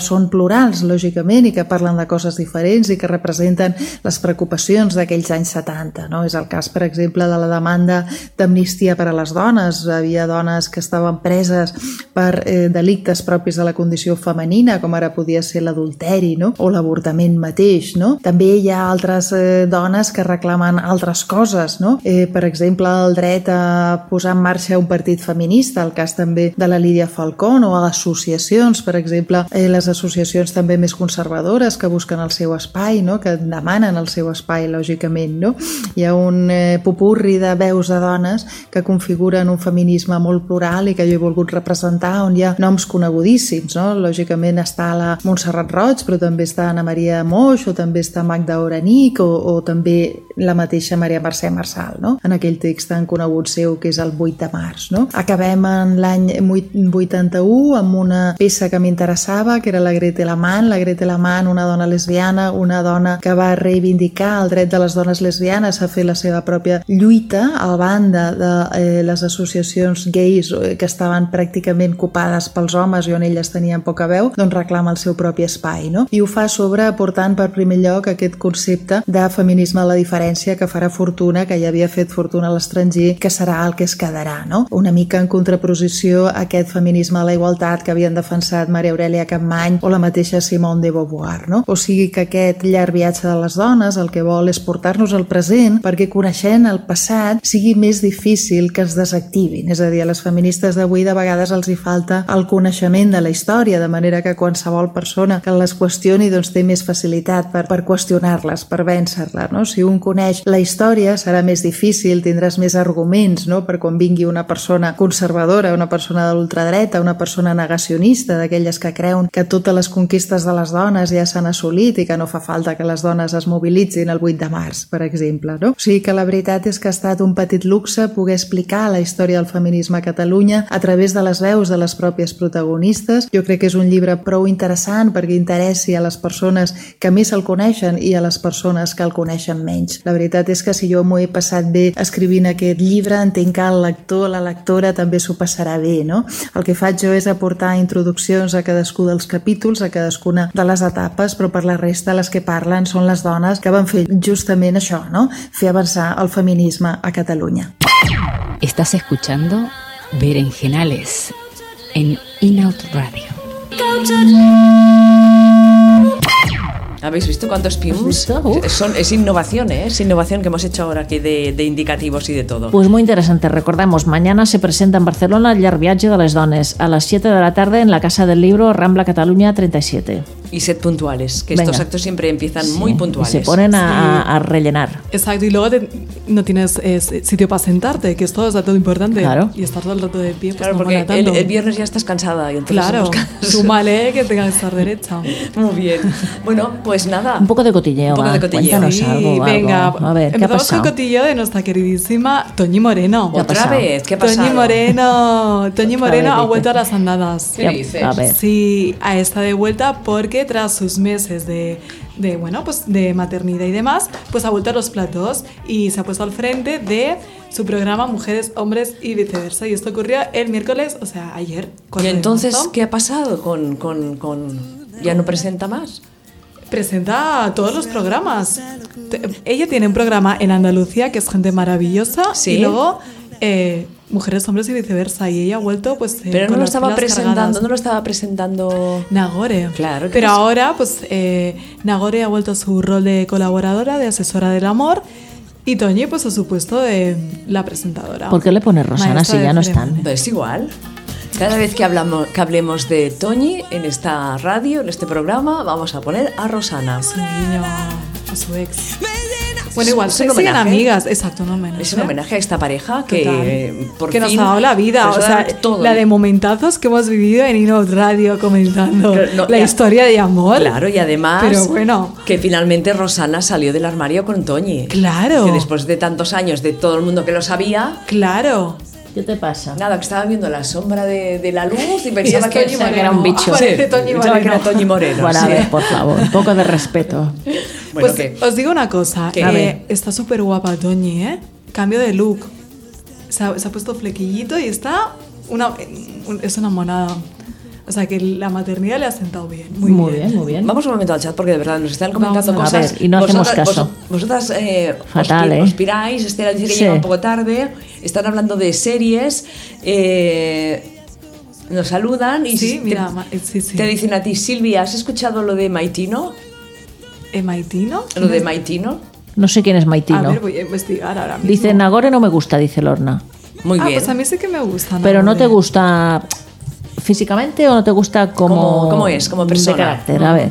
Speaker 8: són plurals, lògicament, i que parlen de coses diferents i que representen les preocupacions d'aquells anys 70. No? És el cas, per exemple, de la demanda d'amnistia per a les dones. Hi havia dones que estaven preses per eh, delictes propis de la condició femenina, com ara podia ser l'adulteri no? o l'avortament mateix. No? També hi ha altres eh, dones que reclamen altres coses, no? eh, per exemple, el dret a posar en marxa un partit feminista, el cas també de la Lídia Falcón, món o a associacions, per exemple, eh, les associacions també més conservadores que busquen el seu espai, no? que demanen el seu espai, lògicament. No? Hi ha un eh, pupurri de veus de dones que configuren un feminisme molt plural i que jo he volgut representar, on hi ha noms conegudíssims. No? Lògicament està la Montserrat Roig, però també està Anna Maria Moix, o també està Magda Oranic, o, o també la mateixa Maria Mercè Marçal, no? en aquell text tan conegut seu que és el 8 de març. No? Acabem en l'any 81 amb una peça que m'interessava, que era la Grete Lamant. La Grete Lamant, una dona lesbiana, una dona que va reivindicar el dret de les dones lesbianes a fer la seva pròpia lluita al banda de eh, les associacions gais eh, que estaven pràcticament copades pels homes i on elles tenien poca veu, doncs reclama el seu propi espai. No? I ho fa sobre portant per primer lloc aquest concepte de feminisme a la diferència que farà fortuna, que ja havia fet fortuna a l'estranger, que serà el que es quedarà. No? Una mica en contraposició a aquest feminisme a la igualtat que havien defensat Maria Aurelia Capmany o la mateixa Simone de Beauvoir. No? O sigui que aquest llarg viatge de les dones el que vol és portar-nos al present perquè coneixent el passat sigui més difícil que es desactivin. És a dir, a les feministes d'avui de vegades els hi falta el coneixement de la història, de manera que qualsevol persona que les qüestioni doncs, té més facilitat per, per qüestionar-les, per vèncer-les. No? Si un coneix la història serà més difícil, tindràs més arguments no? per quan vingui una persona conservadora, una persona de l'ultradreta, una persona negacionista, d'aquelles que creuen que totes les conquistes de les dones ja s'han assolit i que no fa falta que les dones es mobilitzin el 8 de març, per exemple. No? O sigui que la veritat és que ha estat un petit luxe poder explicar la història del feminisme a Catalunya a través de les veus de les pròpies protagonistes. Jo crec que és un llibre prou interessant perquè interessi a les persones que més el coneixen i a les persones que el coneixen menys. La veritat és que si jo m'ho he passat bé escrivint aquest llibre, entenc que el lector, la lectora també s'ho passarà bé, no? El que faig jo és aportar introduccions a cadascú dels capítols, a cadascuna de les etapes, però per la resta les que parlen són les dones que van fer justament això, no? Fer avançar el feminisme a Catalunya.
Speaker 4: Estás escuchando Berenjenales en Inout Radio.
Speaker 1: ¿Habéis visto cuántos piums?
Speaker 2: visto? Uf.
Speaker 1: Son, es innovación, ¿eh? Es innovación que hemos hecho ahora aquí de, de indicativos y de todo.
Speaker 2: Pues muy interesante. Recordamos, mañana se presenta en Barcelona el Llarg Viatge de les Dones a las 7 de la tarde en la Casa del Libro Rambla Cataluña 37.
Speaker 1: Y sed puntuales, que
Speaker 2: Venga.
Speaker 1: estos actos siempre empiezan muy
Speaker 2: Sí,
Speaker 1: puntuales.
Speaker 2: y Se ponen a, a rellenar.
Speaker 3: Exacto, y luego te- no tienes eh, sitio para sentarte, que esto es dato importante.
Speaker 2: Claro.
Speaker 3: Y estar todo el rato de pie, pues
Speaker 1: Claro,
Speaker 3: no
Speaker 1: porque
Speaker 3: mola
Speaker 1: el,
Speaker 3: tanto.
Speaker 1: el viernes ya estás cansada y entonces
Speaker 3: Claro,
Speaker 1: buscas-
Speaker 3: súmale que tengas que estar derecha.
Speaker 1: Muy bien. Bueno, pues nada.
Speaker 2: Un poco de cotilleo,
Speaker 1: Un poco
Speaker 2: va.
Speaker 1: de cotilleo.
Speaker 2: Cuéntanos
Speaker 3: Sí,
Speaker 2: algo, algo.
Speaker 3: venga,
Speaker 2: A ver, ¿qué ha
Speaker 3: empezamos
Speaker 2: pasado?
Speaker 3: con cotillo de nuestra queridísima Toñi
Speaker 2: pues,
Speaker 3: Moreno.
Speaker 2: ¿Qué ha
Speaker 1: Otra
Speaker 2: pasado?
Speaker 1: vez, ¿qué ha pasado?
Speaker 3: Toñi Moreno, Toñi
Speaker 2: Otra
Speaker 3: Moreno
Speaker 2: vez,
Speaker 3: ha
Speaker 2: dice.
Speaker 3: vuelto a las andadas.
Speaker 1: ¿Qué dices?
Speaker 2: A ver.
Speaker 3: Sí, a esta de vuelta porque tras sus meses de, de, bueno, pues de maternidad y demás, pues ha vuelto a los platos y se ha puesto al frente de su programa Mujeres, Hombres y Viceversa. Y esto ocurrió el miércoles, o sea, ayer.
Speaker 1: Y
Speaker 3: 4 de
Speaker 1: entonces,
Speaker 3: marzo.
Speaker 1: ¿qué ha pasado con, con, con... ¿Ya no presenta más?
Speaker 3: Presenta todos los programas. Te- Ella tiene un programa en Andalucía que es gente maravillosa
Speaker 1: Sí.
Speaker 3: y luego eh, mujeres, hombres y viceversa. Y ella ha vuelto pues... eh,
Speaker 1: Pero
Speaker 3: con
Speaker 1: no lo
Speaker 3: las
Speaker 1: estaba
Speaker 3: pilas
Speaker 1: presentando,
Speaker 3: cargadas.
Speaker 1: no lo estaba presentando...
Speaker 3: Nagore.
Speaker 1: Claro que
Speaker 3: Pero
Speaker 1: sí.
Speaker 3: ahora pues eh, Nagore ha vuelto a su rol de colaboradora, de asesora del amor y Toñi pues a su puesto de la presentadora.
Speaker 2: ¿Por qué le pones Rosana
Speaker 3: Maestra
Speaker 2: si
Speaker 3: de
Speaker 2: ya no
Speaker 3: ceremonia.
Speaker 2: están?
Speaker 1: No, Es igual. Cada vez que, hablamos, que hablemos de Toñi en esta radio, en este programa, vamos a poner a Rosana.
Speaker 3: Es un guiño a su ex. Bueno, igual,
Speaker 1: Es un
Speaker 3: siguen
Speaker 1: homenaje.
Speaker 3: amigas. Exacto, un homenaje.
Speaker 1: Es un homenaje a esta pareja que
Speaker 3: Total.
Speaker 1: eh, por
Speaker 3: que nos
Speaker 1: fin
Speaker 3: ha dado la vida,
Speaker 1: nos
Speaker 3: o
Speaker 1: ha
Speaker 3: sea,
Speaker 1: dado todo.
Speaker 3: la de momentazos que hemos vivido en Inout Radio comentando
Speaker 1: Pero no,
Speaker 3: la
Speaker 1: ya-
Speaker 3: historia de amor.
Speaker 1: Claro, y además
Speaker 3: Pero bueno.
Speaker 1: que finalmente Rosana salió del armario con Toñi.
Speaker 3: Claro.
Speaker 1: Que después de tantos años de todo el mundo que lo sabía,
Speaker 3: Claro.
Speaker 2: ¿Qué te pasa?
Speaker 1: nada, que estaba viendo la sombra de, de la luz y pensaba
Speaker 3: es
Speaker 1: que,
Speaker 3: Toñi Moreno. Parece
Speaker 1: Sí,
Speaker 3: Toñi
Speaker 1: pensaba que era
Speaker 3: Moreno.
Speaker 1: Toñi Moreno.
Speaker 2: Bueno, a
Speaker 1: sí.
Speaker 2: ver, por favor, un poco de respeto.
Speaker 1: Bueno,
Speaker 3: pues
Speaker 1: que-
Speaker 3: os digo una cosa,
Speaker 1: ¿Qué?
Speaker 3: eh,
Speaker 1: A ver.
Speaker 3: está súper guapa Toñi, ¿eh? Cambio de look. Se ha, se ha puesto flequillito y está una un- es una monada. O sea que la maternidad le ha sentado bien. Muy,
Speaker 2: Muy bien, muy bien.
Speaker 1: Vamos un momento al chat porque de verdad nos están comentando
Speaker 3: Vamos
Speaker 2: a ver.
Speaker 1: cosas.
Speaker 2: A ver, y no hacemos caso.
Speaker 1: vos- Vosotras eh, os
Speaker 2: Fatal,
Speaker 1: pi-
Speaker 2: ¿eh?
Speaker 1: os, piráis, Estela dice que
Speaker 2: Sí.
Speaker 1: llega un poco tarde, están hablando de series, eh, nos saludan y
Speaker 3: Sí,
Speaker 1: te-
Speaker 3: mira, ma- eh, sí, sí.
Speaker 1: te dicen a ti, Silvia, ¿has escuchado lo de Maitino?
Speaker 3: ¿Eh, Maitino?
Speaker 1: Lo de Maitino.
Speaker 2: No sé quién es
Speaker 3: A ver,
Speaker 2: Maitino.
Speaker 3: voy a investigar ahora mismo.
Speaker 2: Dice Nagore no me gusta, dice Lorna.
Speaker 1: Muy
Speaker 3: ah,
Speaker 1: bien.
Speaker 3: pues a mí sí que me gusta.
Speaker 2: Pero no
Speaker 3: Nagore.
Speaker 2: te gusta físicamente o no te gusta como,
Speaker 1: ¿Cómo, cómo es? Como persona.
Speaker 2: De carácter, a ver.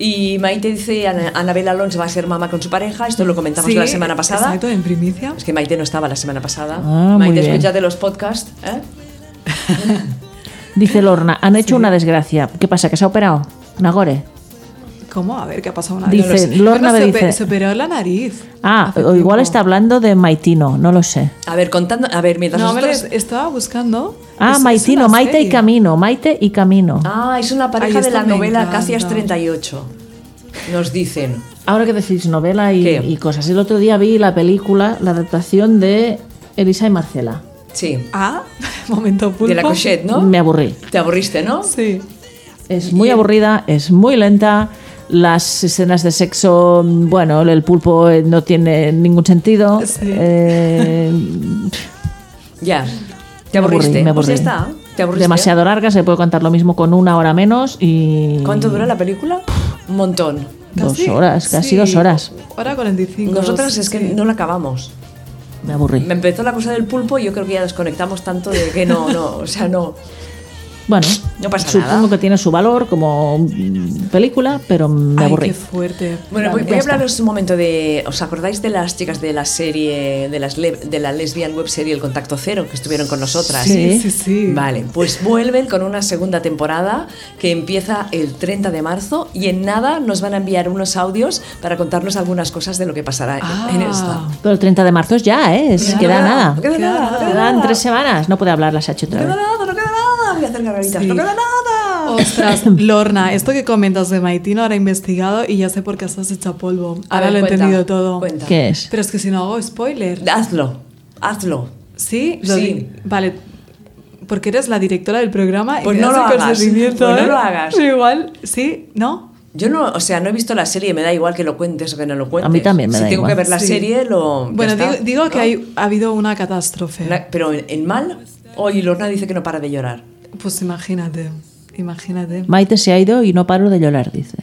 Speaker 1: Y Maite dice, Ana- Anabel Alonso va a ser mamá con su pareja, esto lo comentamos
Speaker 3: Sí,
Speaker 1: la semana pasada.
Speaker 3: Exacto, en primicia.
Speaker 1: Es que Maite no estaba la semana pasada.
Speaker 2: Ah, muy
Speaker 1: Maite,
Speaker 2: bien.
Speaker 1: escucha de los podcasts. ¿eh?
Speaker 2: Dice Lorna, han hecho una desgracia. ¿Qué pasa? ¿Que se ha operado? Nagore.
Speaker 3: ¿Cómo? A ver, ¿qué ha pasado? Una
Speaker 2: Dice, Lorna
Speaker 3: Bueno, se,
Speaker 2: dice-
Speaker 3: ope- se operó la nariz.
Speaker 2: Ah,
Speaker 3: Hace
Speaker 2: o igual
Speaker 3: tiempo.
Speaker 2: está hablando de Maitino, no lo sé.
Speaker 1: A ver, contando. A ver, mientras
Speaker 3: No, me
Speaker 1: nosotros.
Speaker 3: les- estaba buscando.
Speaker 2: Ah,
Speaker 3: Es- es
Speaker 2: Maitino,
Speaker 3: una
Speaker 2: Maite y
Speaker 3: serie.
Speaker 2: Camino, Maite y Camino.
Speaker 1: Ah, es una
Speaker 3: Ay,
Speaker 1: pareja de
Speaker 3: esto
Speaker 1: la
Speaker 3: me
Speaker 1: novela
Speaker 3: encanta.
Speaker 1: Acacias 38. Nos dicen.
Speaker 2: Ahora que decís novela y,
Speaker 1: ¿Qué?
Speaker 2: y cosas, el otro día vi la película, la adaptación de Elisa y Marcela.
Speaker 1: Sí.
Speaker 3: Ah, momento pulpo.
Speaker 1: De la Cochette, ¿no?
Speaker 2: Me aburrí.
Speaker 1: Te aburriste, ¿no?
Speaker 3: Sí.
Speaker 2: Es muy aburrida, es muy lenta. Las escenas de sexo, bueno, el pulpo eh, no tiene ningún sentido.
Speaker 3: Sí.
Speaker 2: Eh,
Speaker 1: Ya. Te
Speaker 2: me aburrí,
Speaker 1: aburriste.
Speaker 2: me
Speaker 1: Pues ya
Speaker 2: aburrí.
Speaker 1: está. Te aburriste.
Speaker 2: Demasiado larga, se puede contar lo mismo con una hora menos y.
Speaker 1: ¿Cuánto dura la película? Un montón.
Speaker 2: Dos
Speaker 3: Casi-
Speaker 2: horas, casi
Speaker 3: sí,
Speaker 2: dos horas.
Speaker 3: Hora 45.
Speaker 1: Nosotras es que
Speaker 3: sí.
Speaker 1: no la acabamos.
Speaker 2: Me aburrí.
Speaker 1: Me empezó la cosa del pulpo y yo creo que ya desconectamos tanto de que no, no, o sea, no.
Speaker 2: Bueno,
Speaker 1: No pasa
Speaker 2: supongo
Speaker 1: nada.
Speaker 2: que tiene su valor como mm, película, pero me
Speaker 3: Ay,
Speaker 2: aburrí.
Speaker 3: qué fuerte.
Speaker 1: Bueno, voy,
Speaker 2: Ya
Speaker 1: voy a
Speaker 2: está.
Speaker 1: hablaros un momento de. ¿Os acordáis de las chicas de la serie, de, las le- de la lesbian web serie El Contacto Cero, que estuvieron con nosotras?
Speaker 2: Sí.
Speaker 3: Sí, sí, sí.
Speaker 1: Vale, pues vuelven con una segunda temporada que empieza el 30 de marzo y en nada nos van a enviar unos audios para contarnos algunas cosas de lo que pasará en-
Speaker 3: Ah.
Speaker 1: en esta.
Speaker 2: Pero el 30 de marzo es ya, ¿eh? Es,
Speaker 1: No
Speaker 2: queda
Speaker 1: queda
Speaker 2: nada.
Speaker 1: No queda nada, no queda
Speaker 2: Quedan
Speaker 1: nada.
Speaker 2: tres semanas. No puede hablar la Sachi
Speaker 1: No
Speaker 2: otra
Speaker 1: queda
Speaker 2: vez.
Speaker 1: nada, no queda nada. Voy a hacer garabitas.
Speaker 3: Sí.
Speaker 1: No queda nada.
Speaker 3: Ostras, Lorna, esto que comentas de Maitino ahora he investigado y ya sé por qué estás hecha polvo.
Speaker 1: A
Speaker 3: Ahora
Speaker 1: ver,
Speaker 3: lo he
Speaker 1: cuenta,
Speaker 3: entendido todo.
Speaker 1: cuenta.
Speaker 2: ¿Qué es?
Speaker 3: Pero es que si no hago spoiler.
Speaker 1: Hazlo, hazlo.
Speaker 3: Sí, lo
Speaker 1: Sí.
Speaker 3: di- Vale. Porque eres la directora del programa y
Speaker 1: Pues
Speaker 3: me
Speaker 1: no
Speaker 3: das
Speaker 1: lo
Speaker 3: el
Speaker 1: hagas.
Speaker 3: consentimiento,
Speaker 1: Pues no
Speaker 3: ¿eh?
Speaker 1: lo hagas.
Speaker 3: Pero igual, sí, ¿no?
Speaker 1: Yo no, o sea, no he visto la serie, me da igual que lo cuentes o que no lo cuentes.
Speaker 2: A mí también me
Speaker 1: si
Speaker 2: da
Speaker 1: tengo
Speaker 2: igual.
Speaker 1: que ver la
Speaker 3: Sí.
Speaker 1: serie, lo. ya
Speaker 3: Bueno,
Speaker 1: está,
Speaker 3: digo, digo que
Speaker 1: ¿no?
Speaker 3: hay- ha habido una catástrofe.
Speaker 1: Una- pero en, en mal, hoy Lorna dice que no para de llorar.
Speaker 3: Pues imagínate, imagínate.
Speaker 2: Maite se ha ido y no paro de llorar, dice.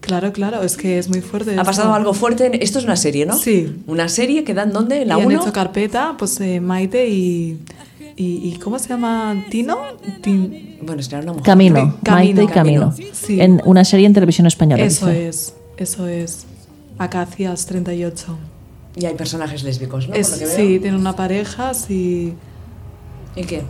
Speaker 3: Claro, claro, es que es muy fuerte.
Speaker 1: Ha
Speaker 3: esto.
Speaker 1: pasado algo fuerte. en- esto es una serie, ¿no?
Speaker 3: Sí.
Speaker 1: Una serie que dan donde en la
Speaker 3: y han
Speaker 1: 1.
Speaker 3: hecho carpeta, pues eh, Maite y, y, y ¿Cómo se llama? ¿Tino? Tin-
Speaker 1: Bueno, será una mujer.
Speaker 2: Camino,
Speaker 3: Camino,
Speaker 2: Maite y Camino.
Speaker 3: Camino. Sí.
Speaker 2: En una serie en televisión española.
Speaker 3: Eso
Speaker 2: dice.
Speaker 3: es, eso es. Acacias 38.
Speaker 1: Y hay personajes lésbicos, ¿no?
Speaker 3: Es-
Speaker 1: Por lo que veo.
Speaker 3: sí, tiene una pareja, sí.
Speaker 1: ¿Y qué?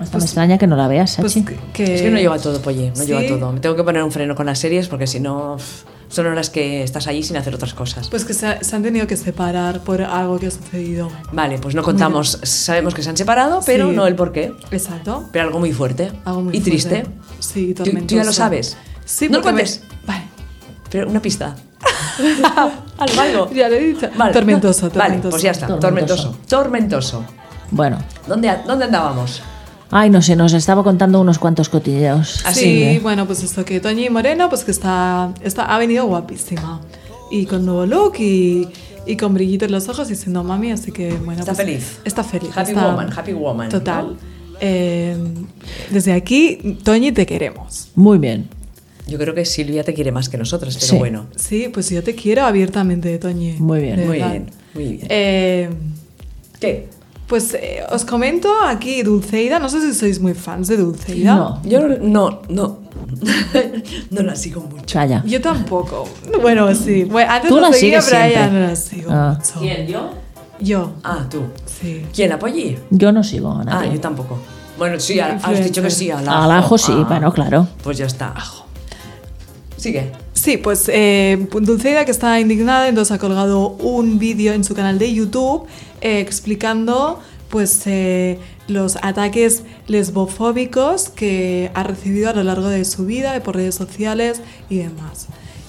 Speaker 2: Hasta me extraña que no la veas,
Speaker 3: Pues
Speaker 2: Sachi.
Speaker 3: que,
Speaker 1: es que no lleva todo, Polle, no
Speaker 3: sí.
Speaker 1: lleva todo. Me tengo que poner un freno con las series porque si no, pff, son horas que estás allí sin hacer otras cosas.
Speaker 3: Pues que se, ha- se han tenido que separar por algo que ha sucedido.
Speaker 1: Vale, pues no contamos, sabemos que se han separado, pero
Speaker 3: Sí.
Speaker 1: no el por qué.
Speaker 3: Exacto.
Speaker 1: Pero algo muy fuerte.
Speaker 3: Algo muy
Speaker 1: y
Speaker 3: fuerte.
Speaker 1: triste.
Speaker 3: Sí, y
Speaker 1: Tú- tú ya
Speaker 3: tormentoso.
Speaker 1: lo sabes.
Speaker 3: Sí,
Speaker 1: No lo
Speaker 3: porque me-
Speaker 1: cuentes.
Speaker 3: Vale.
Speaker 1: Pero una pista. Al algo.
Speaker 3: Ya lo he dicho. Tormentoso,
Speaker 1: Vale,
Speaker 3: tormentoso.
Speaker 1: pues ya está. Tormentoso.
Speaker 2: Tormentoso.
Speaker 1: Tormentoso.
Speaker 2: Bueno.
Speaker 1: ¿Dónde, dónde andábamos?
Speaker 2: Ay, no sé, nos estaba contando unos cuantos cotilleos.
Speaker 1: Así,
Speaker 3: sí,
Speaker 2: ¿eh?
Speaker 3: bueno, pues esto que Toñi Moreno, pues que está, está ha venido guapísima. Y con nuevo look y, y con brillito en los ojos y diciendo mami, así que bueno.
Speaker 1: Está
Speaker 3: pues,
Speaker 1: feliz.
Speaker 3: Está feliz.
Speaker 1: Happy
Speaker 3: está-
Speaker 1: woman, happy woman,
Speaker 3: Total.
Speaker 1: ¿no?
Speaker 3: Eh, desde aquí, Toñi, te queremos.
Speaker 2: Muy bien.
Speaker 1: Yo creo que Silvia te quiere más que nosotros, pero
Speaker 2: Sí.
Speaker 1: bueno.
Speaker 3: Sí, pues yo te quiero abiertamente, Toñi.
Speaker 2: Muy bien.
Speaker 3: de
Speaker 1: Muy
Speaker 3: verdad.
Speaker 1: bien, muy bien.
Speaker 3: Eh,
Speaker 1: ¿Qué?
Speaker 3: pues eh, os comento aquí Dulceida, no sé si sois muy fans de Dulceida.
Speaker 2: No,
Speaker 1: Yo no, no. no la sigo mucho.
Speaker 2: calla.
Speaker 3: Yo tampoco. Bueno, sí. Bueno, antes
Speaker 2: Tú
Speaker 3: la
Speaker 2: la
Speaker 3: seguía,
Speaker 2: sigues
Speaker 3: pero ahora ya
Speaker 2: siempre.
Speaker 3: no la sigo
Speaker 2: Ah.
Speaker 3: mucho.
Speaker 1: ¿Yo?
Speaker 3: Yo,
Speaker 1: Ah, tú.
Speaker 3: sí.
Speaker 1: ¿Quién apoye?
Speaker 2: Yo no sigo a
Speaker 1: Ah,
Speaker 2: nadie.
Speaker 1: yo tampoco. Bueno, sí, a- has
Speaker 3: Influencer.
Speaker 1: dicho que sí, al ajo.
Speaker 2: Al ajo sí,
Speaker 1: Ah,
Speaker 2: bueno, claro.
Speaker 1: Pues ya está. Ajo. Sigue.
Speaker 3: Sí, pues eh, Dulceida que está indignada, entonces ha colgado un vídeo en su canal de YouTube eh, explicando pues eh, los ataques lesbofóbicos que ha recibido a lo largo de su vida por redes sociales y demás.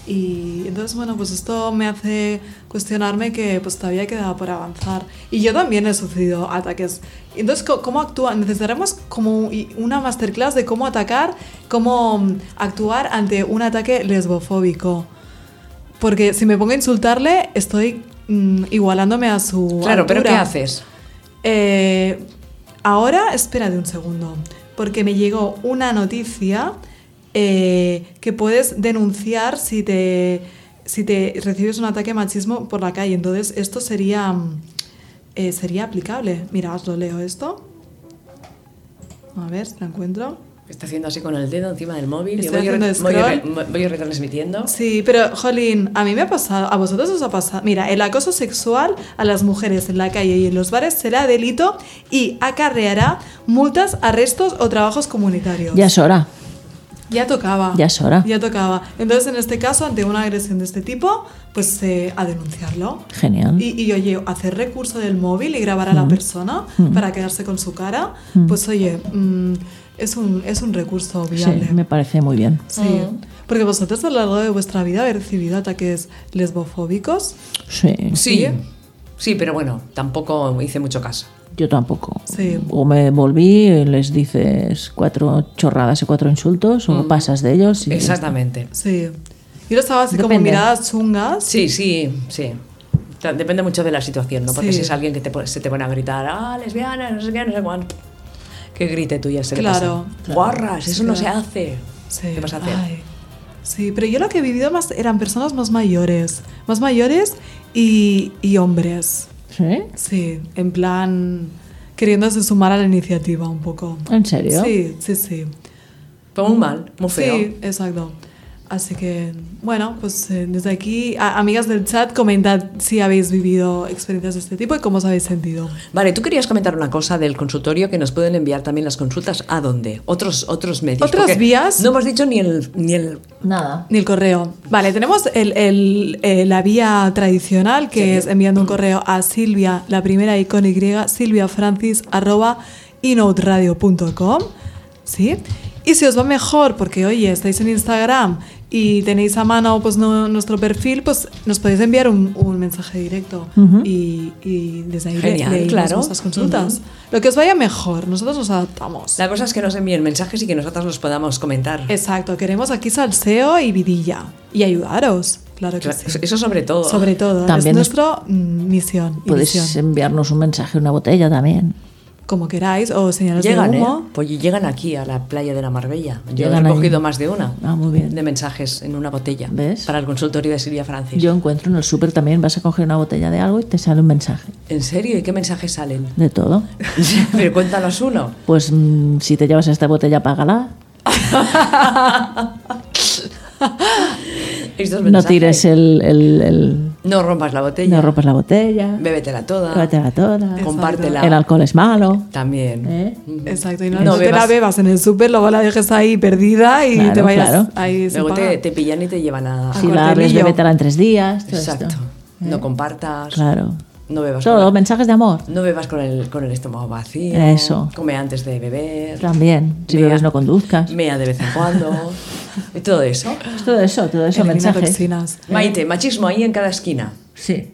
Speaker 3: Y entonces, bueno, pues esto me hace cuestionarme que pues todavía queda por avanzar. Y yo también he sufrido ataques. Entonces, co- ¿cómo actúan? Necesitaremos como i- una masterclass de cómo atacar, cómo mm, actuar ante un ataque lesbofóbico. Porque si me pongo a insultarle, estoy mm, igualándome a su
Speaker 1: Claro, pero ¿qué
Speaker 3: altura.
Speaker 1: haces?
Speaker 3: Eh, ahora, espérate un segundo, porque me llegó una noticia eh, que puedes denunciar si te, si te recibes un ataque de machismo por la calle. Entonces, esto sería, mm, eh, sería aplicable. Mira, os lo leo esto. A ver si la encuentro.
Speaker 1: Está haciendo así con el dedo encima del móvil. y
Speaker 3: Estoy
Speaker 1: voy,
Speaker 3: haciendo
Speaker 1: re- voy,
Speaker 3: scroll.
Speaker 1: re- voy retransmitiendo.
Speaker 3: Sí, pero Jolín, a mí me ha pasado, a vosotros os ha pasado. Mira, el acoso sexual a las mujeres en la calle y en los bares será delito y acarreará multas, arrestos o trabajos comunitarios.
Speaker 2: Ya es hora.
Speaker 3: Ya tocaba.
Speaker 2: Ya es hora.
Speaker 3: Ya tocaba. Entonces, en este caso, ante una agresión de este tipo, pues eh, a denunciarlo.
Speaker 2: Genial.
Speaker 3: Y, y, oye, hacer recurso del móvil y grabar a
Speaker 2: Mm.
Speaker 3: la persona para quedarse con su cara, pues oye, mm, es, un, es un recurso viable.
Speaker 2: Sí, me parece muy bien.
Speaker 3: Sí. Porque vosotros a lo largo de vuestra vida habéis recibido ataques lesbofóbicos.
Speaker 2: Sí.
Speaker 1: Sí, sí, pero bueno, tampoco hice mucho caso.
Speaker 2: Yo tampoco.
Speaker 3: Sí.
Speaker 2: O me volví, y les dices cuatro chorradas y cuatro insultos, o pasas de ellos. Y
Speaker 1: Exactamente.
Speaker 3: Sí. Yo lo estaba así como
Speaker 2: Depende.
Speaker 3: miradas chungas.
Speaker 1: Sí, sí, sí. Ta- Depende mucho de la situación, ¿no? Porque
Speaker 3: Sí.
Speaker 1: si es alguien que te, pone- se te pone a gritar, ah, lesbiana, no sé qué, no sé cuánto. Que grite tú ya se le
Speaker 3: Claro,
Speaker 1: pasa.
Speaker 3: claro.
Speaker 1: Guarras, eso no se
Speaker 3: Claro.
Speaker 1: hace.
Speaker 3: Sí.
Speaker 1: ¿Qué vas a hacer?
Speaker 3: Ay. Sí, pero yo lo que he vivido más eran personas más mayores. Más mayores y, y hombres.
Speaker 2: ¿Sí?
Speaker 3: Sí, en plan queriéndose sumar a la iniciativa un poco.
Speaker 2: ¿En serio?
Speaker 3: Sí, sí, sí.
Speaker 1: Fue muy mal, muy feo.
Speaker 3: Sí, exacto. Así que, bueno, pues eh, desde aquí, a- amigas del chat, comentad si habéis vivido experiencias de este tipo y cómo os habéis sentido.
Speaker 1: Vale, tú querías comentar una cosa del consultorio que nos pueden enviar también las consultas a dónde? Otros otros medios.
Speaker 3: ¿Otras
Speaker 1: Porque
Speaker 3: vías?
Speaker 1: No hemos dicho ni el ni el
Speaker 2: Nada.
Speaker 3: Ni el correo. Vale, tenemos el, el- eh, la vía tradicional, que es enviando un correo a Silvia, la primera y con Y, silviafrancis, arroba, inoutradio.com, ¿sí? Y si os va mejor, porque oye, estáis en Instagram y tenéis a mano pues, no- nuestro perfil, pues nos podéis enviar un, un mensaje directo y, y desde ahí le-
Speaker 1: Genial,
Speaker 3: leemos
Speaker 1: claro.
Speaker 3: vuestras consultas. Lo que os vaya mejor, nosotros nos adaptamos.
Speaker 1: La cosa es que nos envíen mensajes y que nosotras los podamos comentar.
Speaker 3: Exacto, queremos aquí salseo y vidilla. Y ayudaros, claro que
Speaker 1: Claro,
Speaker 3: sí.
Speaker 1: Eso sobre todo.
Speaker 3: Sobre todo,
Speaker 2: También
Speaker 3: es
Speaker 2: es-
Speaker 3: nuestra misión y
Speaker 2: Podéis
Speaker 3: visión.
Speaker 2: enviarnos un mensaje, una botella también.
Speaker 3: Como queráis, o señales
Speaker 1: llegan,
Speaker 3: de
Speaker 1: ¿eh?
Speaker 3: humo.
Speaker 1: Pues llegan aquí a la playa de la Marbella. Yo
Speaker 2: Llegan
Speaker 1: he
Speaker 2: ahí.
Speaker 1: cogido más de una.
Speaker 2: Ah, muy bien.
Speaker 1: De mensajes en una botella.
Speaker 2: ¿Ves?
Speaker 1: Para el consultorio de Silvia Francis.
Speaker 2: Yo encuentro en el súper también, vas a coger una botella de algo y te sale un mensaje.
Speaker 1: ¿En serio? ¿Y qué mensajes salen?
Speaker 2: De todo.
Speaker 1: Pero cuéntanos uno.
Speaker 2: Pues mm, si te llevas esta botella, págala.
Speaker 1: Estos
Speaker 2: No
Speaker 1: mensajes.
Speaker 2: tires el... el- el-
Speaker 1: No rompas la botella.
Speaker 2: no rompas la botella.
Speaker 1: Bébetela toda.
Speaker 2: Llévatela toda.
Speaker 1: Compártela.
Speaker 2: El alcohol es malo.
Speaker 1: También.
Speaker 2: ¿eh?
Speaker 3: Exacto, y no,
Speaker 1: No
Speaker 3: no te
Speaker 1: bebas.
Speaker 3: la bebas en el súper, luego la dejes ahí perdida y
Speaker 2: Claro,
Speaker 3: te vayas
Speaker 2: claro.
Speaker 3: ahí sin
Speaker 1: Luego te,
Speaker 3: pagar.
Speaker 1: te pillan y te llevan a.
Speaker 2: Si la abres,
Speaker 3: cuartelillo.
Speaker 2: bébetela en tres días. todo esto.
Speaker 1: Exacto. No compartas.
Speaker 2: Claro.
Speaker 1: No bebas.
Speaker 2: Solo
Speaker 1: con-
Speaker 2: mensajes de amor.
Speaker 1: No bebas con el, con el estómago vacío.
Speaker 2: Eso.
Speaker 1: Come antes de beber.
Speaker 2: También. Si
Speaker 1: Mea.
Speaker 2: bebes, no conduzcas.
Speaker 1: Mea de vez en cuando. y todo eso.
Speaker 2: Todo eso, todo eso,
Speaker 3: Elimina
Speaker 2: mensajes.
Speaker 3: toxinas.
Speaker 1: Maite, machismo ahí en cada esquina.
Speaker 2: Sí.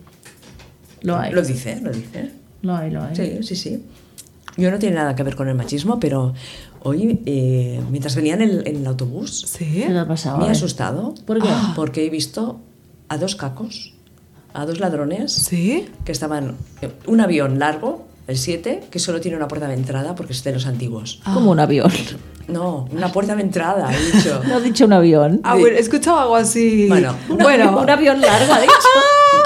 Speaker 2: Lo hay.
Speaker 1: Lo dice, lo dice.
Speaker 2: Lo hay, lo hay.
Speaker 1: Sí, sí, sí. Yo no tiene nada que ver con el machismo, pero hoy, eh, mientras venía en el, en el autobús,
Speaker 3: Sí.
Speaker 2: ¿Qué te ha pasado?
Speaker 1: me
Speaker 2: eh?
Speaker 1: he asustado. Ah.
Speaker 2: ¿Por qué?
Speaker 1: Porque he visto a dos cacos, a dos ladrones
Speaker 3: Sí.
Speaker 1: que estaban. eh, Un avión largo, el 7, que solo tiene una puerta de entrada porque es de los antiguos.
Speaker 2: Como un avión.
Speaker 1: No, una puerta de entrada, he dicho.
Speaker 2: No ha dicho un avión.
Speaker 3: Ah, bueno, he escuchado algo así.
Speaker 1: Bueno,
Speaker 3: bueno.
Speaker 2: un avión largo, ha dicho.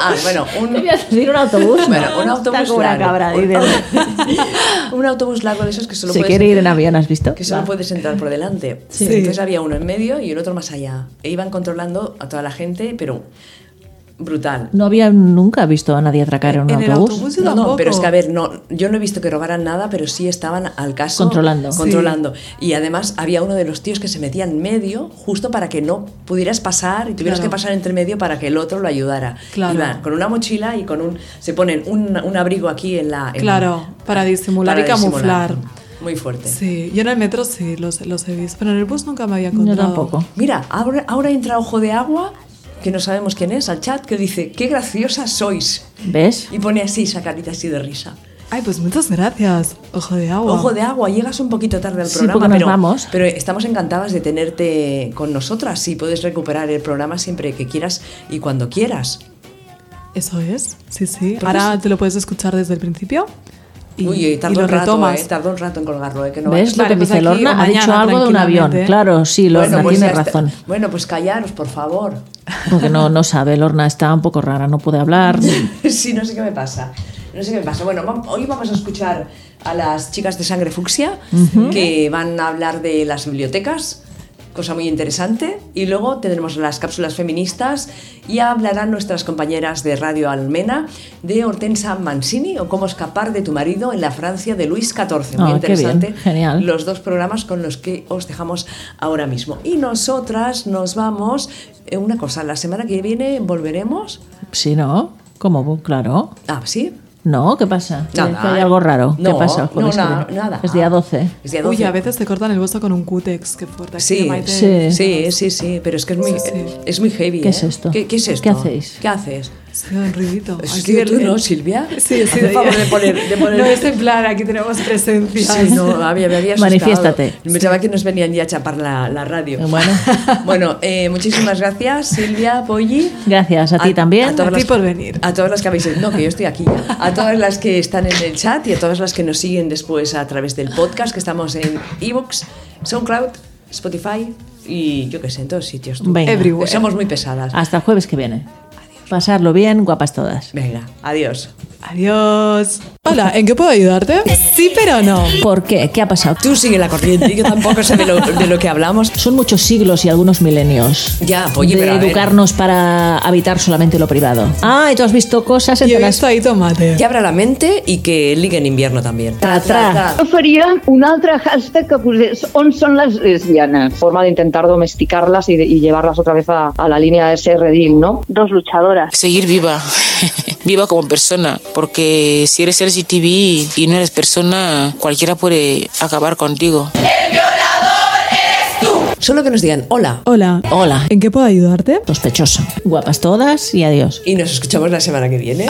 Speaker 1: Ah, bueno, un,
Speaker 2: Debía decir un autobús.
Speaker 1: bueno, un autobús
Speaker 2: Está como una
Speaker 1: largo.
Speaker 2: cabra.
Speaker 1: Un-
Speaker 2: dice.
Speaker 1: un autobús largo de esos que solo
Speaker 2: Se
Speaker 1: puedes
Speaker 2: quiere ir en
Speaker 1: entrar-
Speaker 2: avión, ¿has visto?
Speaker 1: Que solo
Speaker 2: Va.
Speaker 1: puedes entrar por delante.
Speaker 3: Sí.
Speaker 1: Entonces había uno en medio y el otro más allá. E iban controlando a toda la gente, pero brutal.
Speaker 2: No había nunca visto a nadie atracar en un
Speaker 3: En el
Speaker 2: autobús.
Speaker 3: autobús pues yo
Speaker 1: No,
Speaker 3: tampoco.
Speaker 1: no, pero es que a ver, no, yo no he visto que robaran nada, pero sí estaban al caso
Speaker 2: Controlando.
Speaker 1: controlando. Y además había uno de los tíos que se metía en medio justo para que no pudieras pasar y tuvieras
Speaker 3: Claro.
Speaker 1: que pasar entre medio para que el otro lo ayudara.
Speaker 3: Claro.
Speaker 1: Iban con una mochila y con un se ponen un, un abrigo aquí en la en-
Speaker 3: Claro, para disimular
Speaker 1: para
Speaker 3: y camuflar.
Speaker 1: disimular. Muy fuerte.
Speaker 3: Sí, yo en el metro sí los, los he visto, pero en el bus nunca me había
Speaker 2: Yo
Speaker 3: encontrado.
Speaker 2: tampoco.
Speaker 1: Mira, ahora, ahora entra Ojo de Agua, que no sabemos quién es, al chat, que dice, qué graciosa sois.
Speaker 2: ¿Ves?
Speaker 1: Y pone así esa carita así de risa.
Speaker 3: Ay, pues muchas gracias. Ojo de agua.
Speaker 1: Ojo de Agua, llegas un poquito tarde al
Speaker 2: Oh. Sí,
Speaker 1: programa,
Speaker 2: porque nos
Speaker 1: pero,
Speaker 2: vamos.
Speaker 1: pero estamos encantadas de tenerte con nosotras y puedes recuperar el programa siempre que quieras y cuando quieras.
Speaker 3: Eso es, sí, sí. Ahora te lo puedes escuchar desde el principio. Y,
Speaker 1: Uy, y
Speaker 3: y
Speaker 1: tardó
Speaker 3: lo
Speaker 1: un rato,
Speaker 3: retomas.
Speaker 1: eh, tardó un rato en colgarlo, eh, que no
Speaker 2: ¿Ves
Speaker 1: va-
Speaker 2: lo
Speaker 3: Vale,
Speaker 2: que
Speaker 3: pues
Speaker 2: dice
Speaker 3: aquí o
Speaker 2: Lorna? Ha dicho
Speaker 3: mañana,
Speaker 2: algo de un avión.
Speaker 3: tranquilamente.
Speaker 2: Claro, sí, Lorna
Speaker 1: pues
Speaker 2: tiene
Speaker 1: ya está.
Speaker 2: razón.
Speaker 1: Bueno, pues callaros, por favor.
Speaker 2: Porque no, no sabe, Lorna está un poco rara, no puede hablar.
Speaker 1: sí, no sé qué me pasa. No sé qué me pasa. Bueno, vam- hoy vamos a escuchar a las chicas de Sangre Fucsia que van a hablar de las bibliotecas, cosa muy interesante. Y luego tendremos las cápsulas feministas y hablarán nuestras compañeras de Radio Almena de Hortensa Mancini o Cómo escapar de tu marido en la Francia de Luis XIV. Muy
Speaker 2: Ah, qué bien,
Speaker 1: interesante.
Speaker 2: genial.
Speaker 1: Los dos programas con los que os dejamos ahora mismo. Y nosotras nos vamos. eh, Una cosa, la semana que viene volveremos.
Speaker 2: Sí, ¿no? ¿Cómo? Claro.
Speaker 1: Ah, sí.
Speaker 2: No, ¿qué pasa? Que-
Speaker 1: Nada.
Speaker 2: que hay algo raro.
Speaker 1: No,
Speaker 2: ¿Qué pasa?
Speaker 1: no,
Speaker 2: Joder,
Speaker 1: na-
Speaker 2: que-
Speaker 1: nada.
Speaker 2: Es día 12.
Speaker 1: Es día 12.
Speaker 3: Uy, a veces te cortan el bolso con un cútex, qué fuerte. Aquí,
Speaker 1: Sí,
Speaker 3: Maite.
Speaker 2: sí.
Speaker 1: sí, sí, sí, pero es que es muy,
Speaker 3: Sí, sí.
Speaker 1: es muy heavy.
Speaker 2: ¿Qué es
Speaker 1: ¿eh?
Speaker 2: esto?
Speaker 1: ¿Qué, qué es
Speaker 2: ¿Qué
Speaker 1: esto?
Speaker 2: hacéis?
Speaker 1: ¿Qué haces?
Speaker 3: Se queda un ruidito.
Speaker 1: Es
Speaker 3: Aquí
Speaker 1: que tú
Speaker 3: el-
Speaker 1: no, Silvia.
Speaker 3: Sí, sí,
Speaker 1: Haz el favor de poner. De poner
Speaker 3: No es en plan, aquí tenemos presencia.
Speaker 1: Sí, no, había, me había asustado.
Speaker 2: Manifiéstate.
Speaker 1: Me pensaba que nos venían ya a chapar la, la radio.
Speaker 2: Bueno.
Speaker 1: Bueno, eh, muchísimas gracias, Silvia, Polly.
Speaker 2: Gracias a ti también.
Speaker 1: todas
Speaker 3: A ti
Speaker 1: las-
Speaker 3: por venir.
Speaker 1: A todas las que habéis. No, que yo estoy aquí. A todas las que están en el chat y a todas las que nos siguen después a través del podcast, que estamos en ebooks, SoundCloud, Spotify y yo qué sé, en todos sitios. tú.
Speaker 2: Venga. Ah.
Speaker 3: Everywhere.
Speaker 1: Somos muy pesadas.
Speaker 2: Hasta el jueves que viene. Pasarlo bien, guapas todas.
Speaker 1: Venga, adiós.
Speaker 3: Adiós. Hola, ¿en qué puedo ayudarte? Sí, pero no.
Speaker 2: ¿Por qué? ¿Qué ha pasado?
Speaker 1: Tú sigue la corriente, yo tampoco sé de lo, de lo que hablamos.
Speaker 2: Son muchos siglos y algunos milenios.
Speaker 1: Ya, pues oye,
Speaker 2: de
Speaker 1: pero a ver.
Speaker 2: educarnos para habitar solamente lo privado. Ah, y tú has visto cosas
Speaker 3: Y
Speaker 2: entre
Speaker 3: he
Speaker 2: las
Speaker 3: visto ahí tomate.
Speaker 1: Que abra la mente y que ligue en invierno también.
Speaker 2: Tra, tra.
Speaker 9: Jo faria un altre hashtag que posés on són les lesbianas. Forma de intentar domesticarlas y, de- y llevarlas otra vez a, a la línea de ser redil, ¿no?
Speaker 5: Dos luchadoras.
Speaker 10: seguir viva, viva como persona, porque si eres LGTB y no eres persona, cualquiera puede acabar contigo.
Speaker 1: Solo que nos digan hola
Speaker 3: Hola,
Speaker 2: Hola,
Speaker 3: ¿en qué puedo ayudarte?
Speaker 2: sospechoso. Guapas todas y adiós.
Speaker 1: y nos escuchamos la semana que viene.